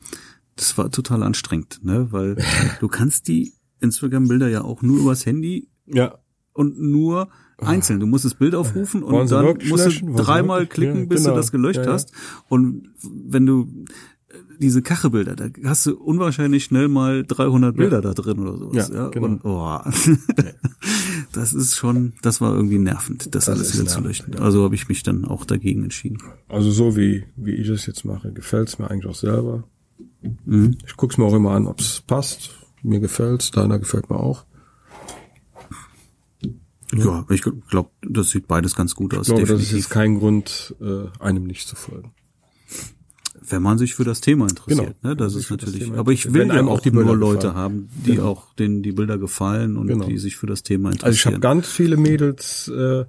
Speaker 1: das war total anstrengend, ne? Weil du kannst die Instagram-Bilder ja auch nur übers Handy
Speaker 2: Ja.
Speaker 1: und nur einzeln. Du musst das Bild aufrufen
Speaker 2: Ah. Äh, Wollen
Speaker 1: und
Speaker 2: sie
Speaker 1: dann
Speaker 2: wirklich
Speaker 1: musst
Speaker 2: löschen?
Speaker 1: du
Speaker 2: Wollen sie
Speaker 1: dreimal
Speaker 2: wirklich? Ja,
Speaker 1: klicken, bis
Speaker 2: genau.
Speaker 1: du das gelöscht
Speaker 2: Ja, ja.
Speaker 1: hast. Und wenn du äh, diese Kachebilder, da hast du unwahrscheinlich schnell mal 300 Bilder da drin oder sowas.
Speaker 2: Ja,
Speaker 1: Ja,
Speaker 2: genau.
Speaker 1: Und, oh, das ist schon, das war irgendwie nervend, das, alles
Speaker 2: ist
Speaker 1: wieder zu
Speaker 2: nervend,
Speaker 1: löschen. Also habe ich mich dann auch dagegen entschieden.
Speaker 2: Also so wie, wie ich es jetzt mache, gefällt's mir eigentlich auch selber. Ich guck's mir auch immer an, ob's passt. Mir gefällt's, deiner gefällt mir auch.
Speaker 1: Ja, ich glaube, das sieht beides ganz gut aus,
Speaker 2: Ich glaube, das ist
Speaker 1: definitiv.
Speaker 2: jetzt kein Grund, äh, einem nicht zu folgen.
Speaker 1: wenn man sich für das Thema interessiert,
Speaker 2: Genau.
Speaker 1: ne? Das
Speaker 2: Wenn
Speaker 1: ist
Speaker 2: man sich für das
Speaker 1: natürlich.
Speaker 2: Thema
Speaker 1: Aber ich
Speaker 2: interessiert.
Speaker 1: will
Speaker 2: Wenn
Speaker 1: ja
Speaker 2: einem
Speaker 1: auch
Speaker 2: auch die Bilder
Speaker 1: nur Leute
Speaker 2: gefallen.
Speaker 1: haben, die auch denen die Bilder gefallen und
Speaker 2: Genau.
Speaker 1: die sich für das Thema interessieren.
Speaker 2: Also ich habe ganz viele Mädels, äh,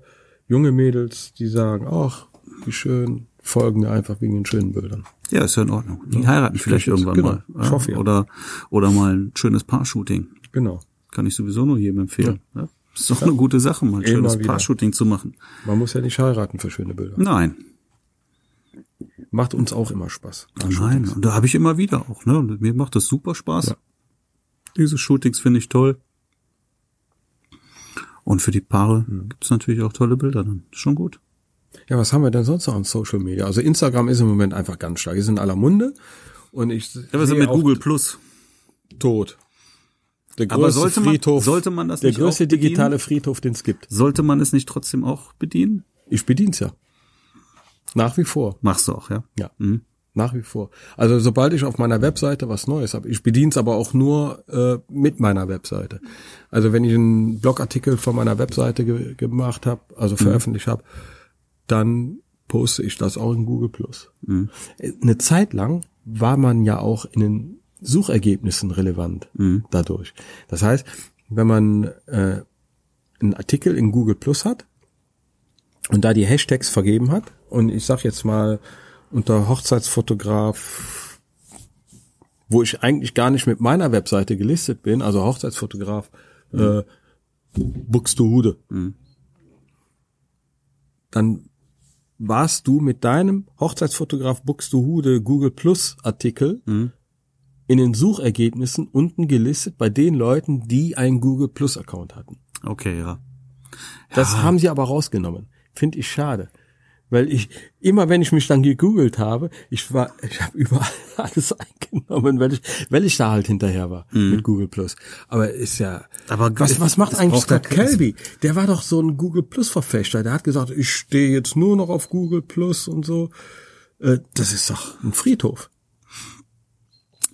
Speaker 2: junge Mädels, die sagen, ach, wie schön, folgen mir einfach wegen den schönen Bildern.
Speaker 1: Ja, ist ja in Ordnung. Die heiraten vielleicht
Speaker 2: jetzt-
Speaker 1: irgendwann
Speaker 2: genau.
Speaker 1: mal.
Speaker 2: Ich
Speaker 1: ja?
Speaker 2: hoffe ja.
Speaker 1: Oder, oder mal ein schönes Paar-Shooting.
Speaker 2: Genau.
Speaker 1: Kann ich sowieso nur jedem empfehlen. Ja. Ist doch eine gute Sache, mal ein
Speaker 2: Immer
Speaker 1: schönes
Speaker 2: wieder.
Speaker 1: Paar-Shooting zu machen.
Speaker 2: Man muss ja nicht heiraten für schöne Bilder.
Speaker 1: Nein.
Speaker 2: Macht uns auch immer Spaß.
Speaker 1: Nein. Und da habe ich immer wieder auch, ne? Und mir macht das super Spaß.
Speaker 2: Ja.
Speaker 1: Diese Shootings finde ich toll. Und für die Paare
Speaker 2: Mhm.
Speaker 1: gibt's natürlich auch tolle Bilder dann. Ist schon gut.
Speaker 2: Ja, was haben wir denn sonst noch an Social Media? Also Instagram ist im Moment einfach ganz stark. Ist in aller Munde. Und ich ja,
Speaker 1: Ja, was ist mit Google Plus?
Speaker 2: tot. Der
Speaker 1: Aber sollte man- sollte man das
Speaker 2: der
Speaker 1: nicht
Speaker 2: größte
Speaker 1: auch bedienen?
Speaker 2: digitale Friedhof, den es gibt.
Speaker 1: Sollte man es nicht trotzdem auch bedienen?
Speaker 2: Ich bedien's ja. Nach wie vor.
Speaker 1: Machst du auch, ja?
Speaker 2: Ja. Nach wie vor. Also sobald ich auf meiner Webseite was Neues habe, ich bediene es aber auch nur äh, mit meiner Webseite. Also wenn ich einen Blogartikel von meiner Webseite ge gemacht habe, also veröffentlicht habe, dann poste ich das auch in Google Plus. Äh, Eine Zeit lang war man ja auch in den Suchergebnissen relevant dadurch. Das heißt, wenn man äh, einen Artikel in Google Plus hat, und da die Hashtags vergeben hat und ich sag jetzt mal unter Hochzeitsfotograf, wo ich eigentlich gar nicht mit meiner Webseite gelistet bin, also Hochzeitsfotograf äh, Buxtehude, dann warst du mit deinem Hochzeitsfotograf Buxtehude Google Plus Artikel in den Suchergebnissen unten gelistet bei den Leuten, die einen Google Plus Account hatten.
Speaker 1: Okay, ja.
Speaker 2: Das haben sie aber rausgenommen. Finde ich schade. Weil ich, immer wenn ich mich dann gegoogelt habe, ich war, ich habe überall alles eingenommen, weil ich, weil ich da halt hinterher war mit Google Plus. Aber ist ja.
Speaker 1: Aber
Speaker 2: was, was macht
Speaker 1: es
Speaker 2: eigentlich
Speaker 1: braucht ja
Speaker 2: Scott
Speaker 1: kein-
Speaker 2: Kelby? Der war doch so ein Google Plus Verfechter. Der hat gesagt, ich stehe jetzt nur noch auf Google Plus und so. Äh, Das ist doch ein Friedhof.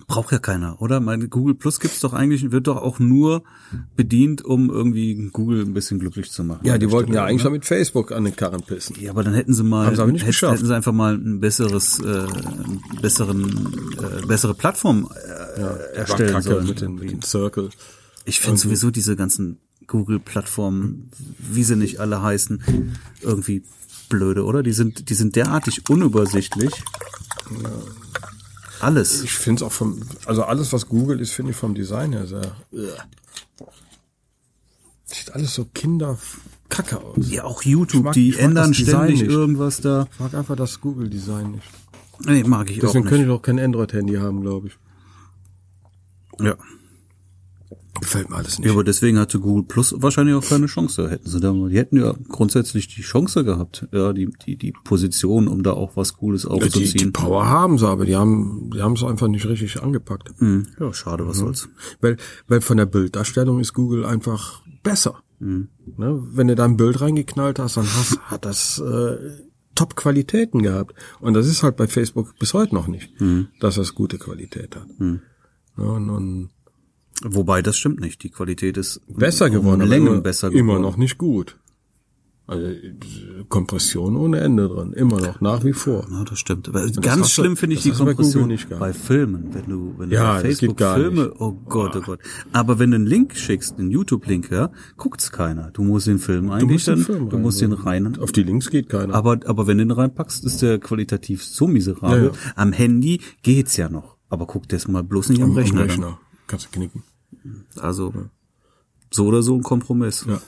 Speaker 1: Braucht ja keiner, oder? Meine Google Plus gibt's doch eigentlich, wird doch auch nur bedient, um irgendwie Google ein bisschen glücklich zu machen.
Speaker 2: Ja, die
Speaker 1: An der
Speaker 2: wollten ja
Speaker 1: Stelle,
Speaker 2: eigentlich
Speaker 1: oder?
Speaker 2: schon mit Facebook an den Karren pissen.
Speaker 1: Ja, aber dann hätten sie mal,
Speaker 2: Haben sie aber nicht
Speaker 1: hätten,
Speaker 2: geschafft.
Speaker 1: hätten sie einfach mal ein besseres, äh, einen besseren, äh, bessere Plattform äh,
Speaker 2: War
Speaker 1: erstellen sollen.
Speaker 2: mit den, mit den Circle.
Speaker 1: Ich finde sowieso diese ganzen Google-Plattformen, wie sie nicht alle heißen, irgendwie blöde, oder? Die sind, die sind derartig unübersichtlich. Alles.
Speaker 2: Ich finde es auch vom, also alles, was Google ist, finde ich vom Design her sehr. äh, Sieht alles so kinderkacke aus.
Speaker 1: Ja, auch
Speaker 2: Ich
Speaker 1: YouTube,
Speaker 2: mag-
Speaker 1: die
Speaker 2: ich mag
Speaker 1: ändern
Speaker 2: das Design
Speaker 1: ständig
Speaker 2: nicht.
Speaker 1: irgendwas da.
Speaker 2: Ich mag einfach das Google-Design nicht.
Speaker 1: Nee, mag ich
Speaker 2: Deswegen
Speaker 1: auch
Speaker 2: könnte
Speaker 1: nicht.
Speaker 2: ich auch kein Android-Handy haben, glaube ich.
Speaker 1: Ja.
Speaker 2: Gefällt mir alles nicht.
Speaker 1: ja, aber deswegen hatte Google Plus wahrscheinlich auch keine Chance. Hätten sie da mal, die hätten ja grundsätzlich die Chance gehabt, ja, die, die, die Position, um da auch was Cooles
Speaker 2: Also die, die
Speaker 1: aufzuziehen.
Speaker 2: Power haben sie, aber die haben, die haben es einfach nicht richtig angepackt.
Speaker 1: Hm. Ja, schade,
Speaker 2: Mhm.
Speaker 1: was soll's.
Speaker 2: Weil, weil von der Bilddarstellung ist Google einfach
Speaker 1: Mhm.
Speaker 2: besser. Ne? Wenn du da ein Bild reingeknallt hast, dann hast, hat das äh, Top-Qualitäten gehabt. Und das ist halt bei Facebook bis heute noch nicht,
Speaker 1: Mhm.
Speaker 2: dass das gute Qualität hat. Ja, und, und
Speaker 1: Wobei, das stimmt nicht. Die Qualität ist
Speaker 2: besser
Speaker 1: um
Speaker 2: geworden, aber
Speaker 1: Längen
Speaker 2: immer,
Speaker 1: besser geworden.
Speaker 2: immer noch nicht gut. Also äh, Kompression ohne Ende drin, immer noch nach wie vor.
Speaker 1: Ja, Ne, das stimmt. Aber
Speaker 2: hast
Speaker 1: ganz
Speaker 2: du-
Speaker 1: schlimm finde ich
Speaker 2: das
Speaker 1: die
Speaker 2: hast du bei
Speaker 1: Kompression
Speaker 2: Google
Speaker 1: bei,
Speaker 2: nicht gehabt.
Speaker 1: Filmen, wenn du wenn du
Speaker 2: Ja, das
Speaker 1: bei
Speaker 2: geht
Speaker 1: Facebook
Speaker 2: gar
Speaker 1: Filme,
Speaker 2: nicht.
Speaker 1: oh Gott, oh Gott. Aber wenn du einen Link schickst, einen YouTube Link, ja, guckt's keiner. Du musst den Film eigentlich dann,
Speaker 2: Film
Speaker 1: du musst den rein.
Speaker 2: Auf die Links geht keiner.
Speaker 1: Aber aber wenn du den reinpackst, ist der qualitativ so miserabel.
Speaker 2: Ja,
Speaker 1: Am Handy geht's ja noch, aber guck das mal bloß nicht am,
Speaker 2: Am
Speaker 1: Rechner. dann.
Speaker 2: Kannst du knicken.
Speaker 1: Also so oder so ein Kompromiss.
Speaker 2: Ja.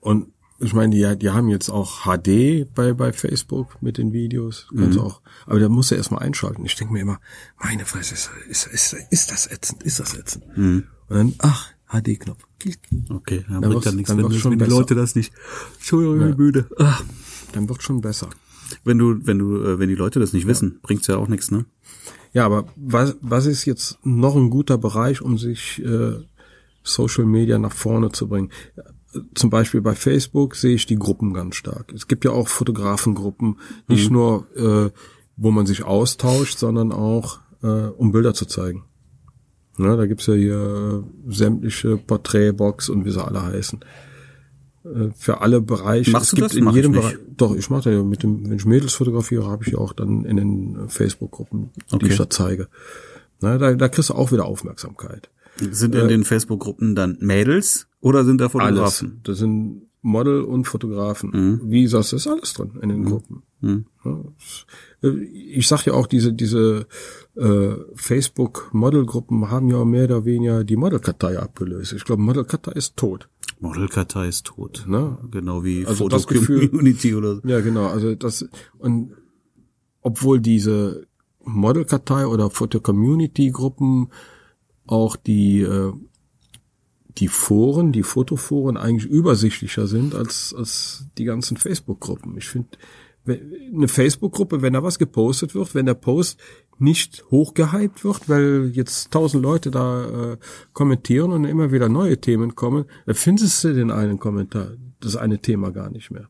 Speaker 2: Und ich meine, die, die haben jetzt auch HD bei, bei Facebook mit den Videos. Kannst du auch, aber da musst du erstmal einschalten. Ich denke mir immer, meine Fresse, ist, ist, ist, ist das ätzend, ist das ätzend. Und dann, ach, HD-Knopf. Klick.
Speaker 1: Okay, dann
Speaker 2: Dann
Speaker 1: bringt
Speaker 2: wird's-
Speaker 1: dann nichts,
Speaker 2: dann
Speaker 1: wenn,
Speaker 2: wird's
Speaker 1: das-
Speaker 2: schon
Speaker 1: wenn die
Speaker 2: besser.
Speaker 1: Leute das nicht. Entschuldigung, ich bin müde. Ah.
Speaker 2: Dann wird schon besser.
Speaker 1: Wenn du wenn du äh, wenn die Leute das nicht wissen, bringt's ja auch nichts, ne?
Speaker 2: Ja, aber was, was ist jetzt noch ein guter Bereich, um sich äh, Social Media nach vorne zu bringen? Äh, Zum Beispiel bei Facebook sehe ich die Gruppen ganz stark. Es gibt ja auch Fotografengruppen, nicht nur, äh, wo man sich austauscht, sondern auch, äh, um Bilder zu zeigen. Ne, da gibt's ja hier äh, sämtliche Porträtbox und wie sie alle heißen. Äh, Für alle Bereiche.
Speaker 1: Machst
Speaker 2: es
Speaker 1: du
Speaker 2: gibt
Speaker 1: das?
Speaker 2: in
Speaker 1: Mach ich
Speaker 2: jedem
Speaker 1: nicht.
Speaker 2: Bereich. Doch, ich mache da ja mit dem, wenn ich Mädels fotografiere, habe ich ja auch dann in den äh, Facebook-Gruppen, die
Speaker 1: Okay.
Speaker 2: ich da zeige. Na, da, da kriegst du auch wieder Aufmerksamkeit.
Speaker 1: Sind
Speaker 2: Äh,
Speaker 1: in den Facebook-Gruppen dann Mädels oder sind da
Speaker 2: Alles.
Speaker 1: Fotografen?
Speaker 2: Das sind Model und Fotografen. Wie das ist alles drin in den Gruppen. Ja, es- äh, Ich sag ja auch, diese, diese äh, Facebook-Model-Gruppen haben ja mehr oder weniger die Model-Kartei abgelöst. Ich glaube, Model-Kartei ist tot.
Speaker 1: Modelkartei ist tot.
Speaker 2: Ne?
Speaker 1: Genau wie
Speaker 2: Also das Gefühl-
Speaker 1: Foto-Community oder so.
Speaker 2: Ja, genau. Also das und obwohl diese Modelkartei oder Foto-Community-Gruppen auch die äh, die Foren, die Fotoforen eigentlich übersichtlicher sind als als die ganzen Facebook-Gruppen. Ich finde we- eine Facebook-Gruppe, wenn da was gepostet wird, wenn der Post nicht hochgehypt wird, weil jetzt tausend Leute da äh, kommentieren und immer wieder neue Themen kommen, dann findest du den einen Kommentar, das eine Thema gar nicht mehr.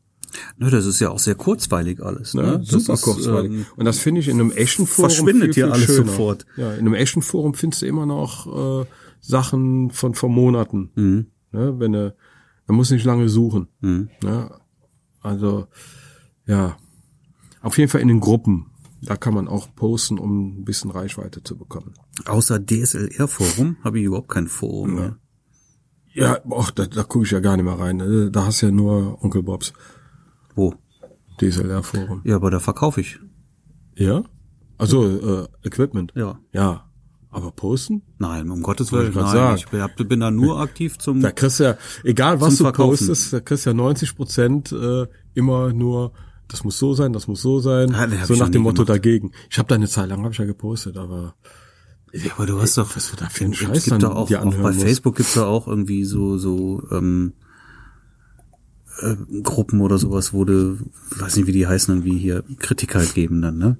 Speaker 1: Ne, das ist ja auch sehr kurzweilig alles. Ne?
Speaker 2: Ne?
Speaker 1: Das
Speaker 2: Super
Speaker 1: ist,
Speaker 2: kurzweilig.
Speaker 1: ähm,
Speaker 2: und das finde ich in einem echten Forum
Speaker 1: verschwindet
Speaker 2: viel,
Speaker 1: ja
Speaker 2: viel
Speaker 1: alles
Speaker 2: schöner.
Speaker 1: sofort.
Speaker 2: Ja, in einem echten Forum findest du immer noch äh, Sachen von vor Monaten.
Speaker 1: Mhm.
Speaker 2: Ne? Wenn du, man muss nicht lange suchen. Ne? Also ja, auf jeden Fall in den Gruppen. Da kann man auch posten, um ein bisschen Reichweite zu bekommen.
Speaker 1: ähm, außer DSLR-Forum habe ich überhaupt kein Forum mehr.
Speaker 2: Ja, och, da, da gucke ich ja gar nicht mehr rein. Also, Da hast du ja nur Onkel Bobs
Speaker 1: Wo?
Speaker 2: DSLR-Forum.
Speaker 1: Ja, aber da verkaufe ich.
Speaker 2: Ja? Also äh, Equipment.
Speaker 1: Ja.
Speaker 2: Ja. Aber posten?
Speaker 1: Nein, um Gottes Willen.
Speaker 2: ich grad
Speaker 1: nein,
Speaker 2: sagen.
Speaker 1: ich bin, hab- bin da nur aktiv zum.
Speaker 2: Da kriegst du ja, egal was
Speaker 1: Zum
Speaker 2: du
Speaker 1: Verkaufen.
Speaker 2: postest, da kriegst du ja 90 Prozent äh, immer nur, das muss so sein, das muss so sein,
Speaker 1: Ah, nee, hab
Speaker 2: so
Speaker 1: ich
Speaker 2: nach
Speaker 1: noch
Speaker 2: dem
Speaker 1: nie
Speaker 2: Motto
Speaker 1: gemacht.
Speaker 2: dagegen. Ich habe da eine Zeit lang, habe ich ja gepostet, aber
Speaker 1: Ja, aber du hast doch,
Speaker 2: was wir da für einen
Speaker 1: es
Speaker 2: Scheiß
Speaker 1: gibt
Speaker 2: dann
Speaker 1: da auch,
Speaker 2: dir
Speaker 1: auch
Speaker 2: anhören
Speaker 1: bei
Speaker 2: musst.
Speaker 1: Facebook gibt's da auch irgendwie so so ähm, äh, Gruppen oder sowas, wo du, weiß nicht wie die heißen, irgendwie hier Kritik halt geben dann, ne?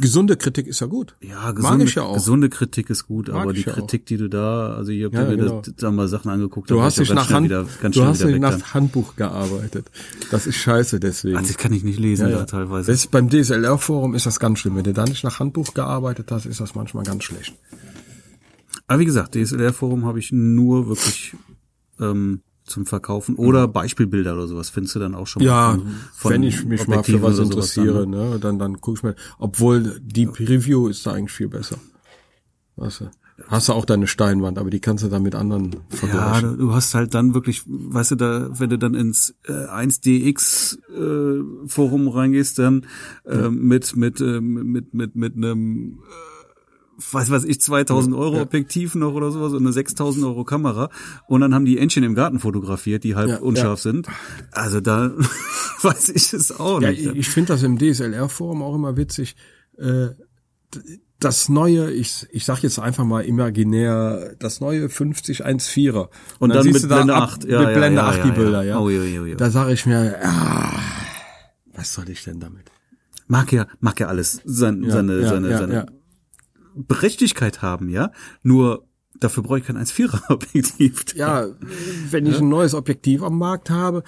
Speaker 2: gesunde Kritik ist ja gut.
Speaker 1: Ja,
Speaker 2: Mag
Speaker 1: gesunde,
Speaker 2: ich ja auch.
Speaker 1: gesunde Kritik ist gut, aber
Speaker 2: ich
Speaker 1: die
Speaker 2: ja auch.
Speaker 1: Kritik, die du da, also ich habe
Speaker 2: Ja,
Speaker 1: mir
Speaker 2: genau.
Speaker 1: das, da mal Sachen angeguckt, da
Speaker 2: Du
Speaker 1: war
Speaker 2: hast
Speaker 1: ich
Speaker 2: nicht
Speaker 1: auch ganz
Speaker 2: nach,
Speaker 1: schnell
Speaker 2: Hand,
Speaker 1: wieder, ganz
Speaker 2: du
Speaker 1: schnell
Speaker 2: hast
Speaker 1: wieder
Speaker 2: nicht
Speaker 1: weg dann.
Speaker 2: nach Handbuch gearbeitet. Das ist scheiße deswegen.
Speaker 1: Also das kann ich nicht lesen
Speaker 2: Ja,
Speaker 1: da
Speaker 2: ja.
Speaker 1: teilweise.
Speaker 2: Das ist, beim DSLR-Forum ist das ganz schlimm. Wenn du da nicht nach Handbuch gearbeitet hast, ist das manchmal ganz schlecht.
Speaker 1: aber wie gesagt, DSLR-Forum habe ich nur wirklich ähm, zum Verkaufen oder Beispielbilder oder sowas findest du dann auch schon
Speaker 2: Mhm. Ja,
Speaker 1: mal von, von
Speaker 2: wenn ich mich mal für
Speaker 1: Objektiven
Speaker 2: was
Speaker 1: oder sowas dann, ne?
Speaker 2: interessiere, ne, dann, dann gucke ich mir, obwohl die Review ist da eigentlich viel besser. Weißt du? Hast du auch deine Steinwand, aber die kannst du dann mit anderen
Speaker 1: Ja,
Speaker 2: vergleichen.
Speaker 1: du du hast halt dann wirklich, weißt du, da, wenn du dann ins äh, 1DX äh, Forum reingehst, dann äh, mit mit äh, mit mit mit einem äh, weiß was ich 2000 Euro Objektiv noch oder sowas und eine 6000 Euro Kamera und dann haben die Entchen im Garten fotografiert, die halb
Speaker 2: Ja,
Speaker 1: unscharf
Speaker 2: ja.
Speaker 1: sind. Also da weiß ich es auch
Speaker 2: Ja,
Speaker 1: nicht.
Speaker 2: ich ich finde das im DSLR-Forum auch immer witzig. Äh, d- das neue, ich, ich sag jetzt einfach mal imaginär, das neue 5014er.
Speaker 1: Und dann mit Blende
Speaker 2: ab-
Speaker 1: 8, ja,
Speaker 2: mit
Speaker 1: ja,
Speaker 2: Blende
Speaker 1: ja,
Speaker 2: 8 die
Speaker 1: ja, ja.
Speaker 2: Bilder, ja.
Speaker 1: Oh, ja, ja, ja.
Speaker 2: Da sage ich mir, ah, was soll ich denn damit?
Speaker 1: Mag ja mag ja alles sein,
Speaker 2: Ja,
Speaker 1: seine
Speaker 2: ja,
Speaker 1: seine
Speaker 2: ja,
Speaker 1: seine
Speaker 2: ja.
Speaker 1: Berechtigkeit haben, ja. Nur dafür brauche ich kein 1,4er Objektiv.
Speaker 2: ja, wenn ich ein neues Objektiv am Markt habe,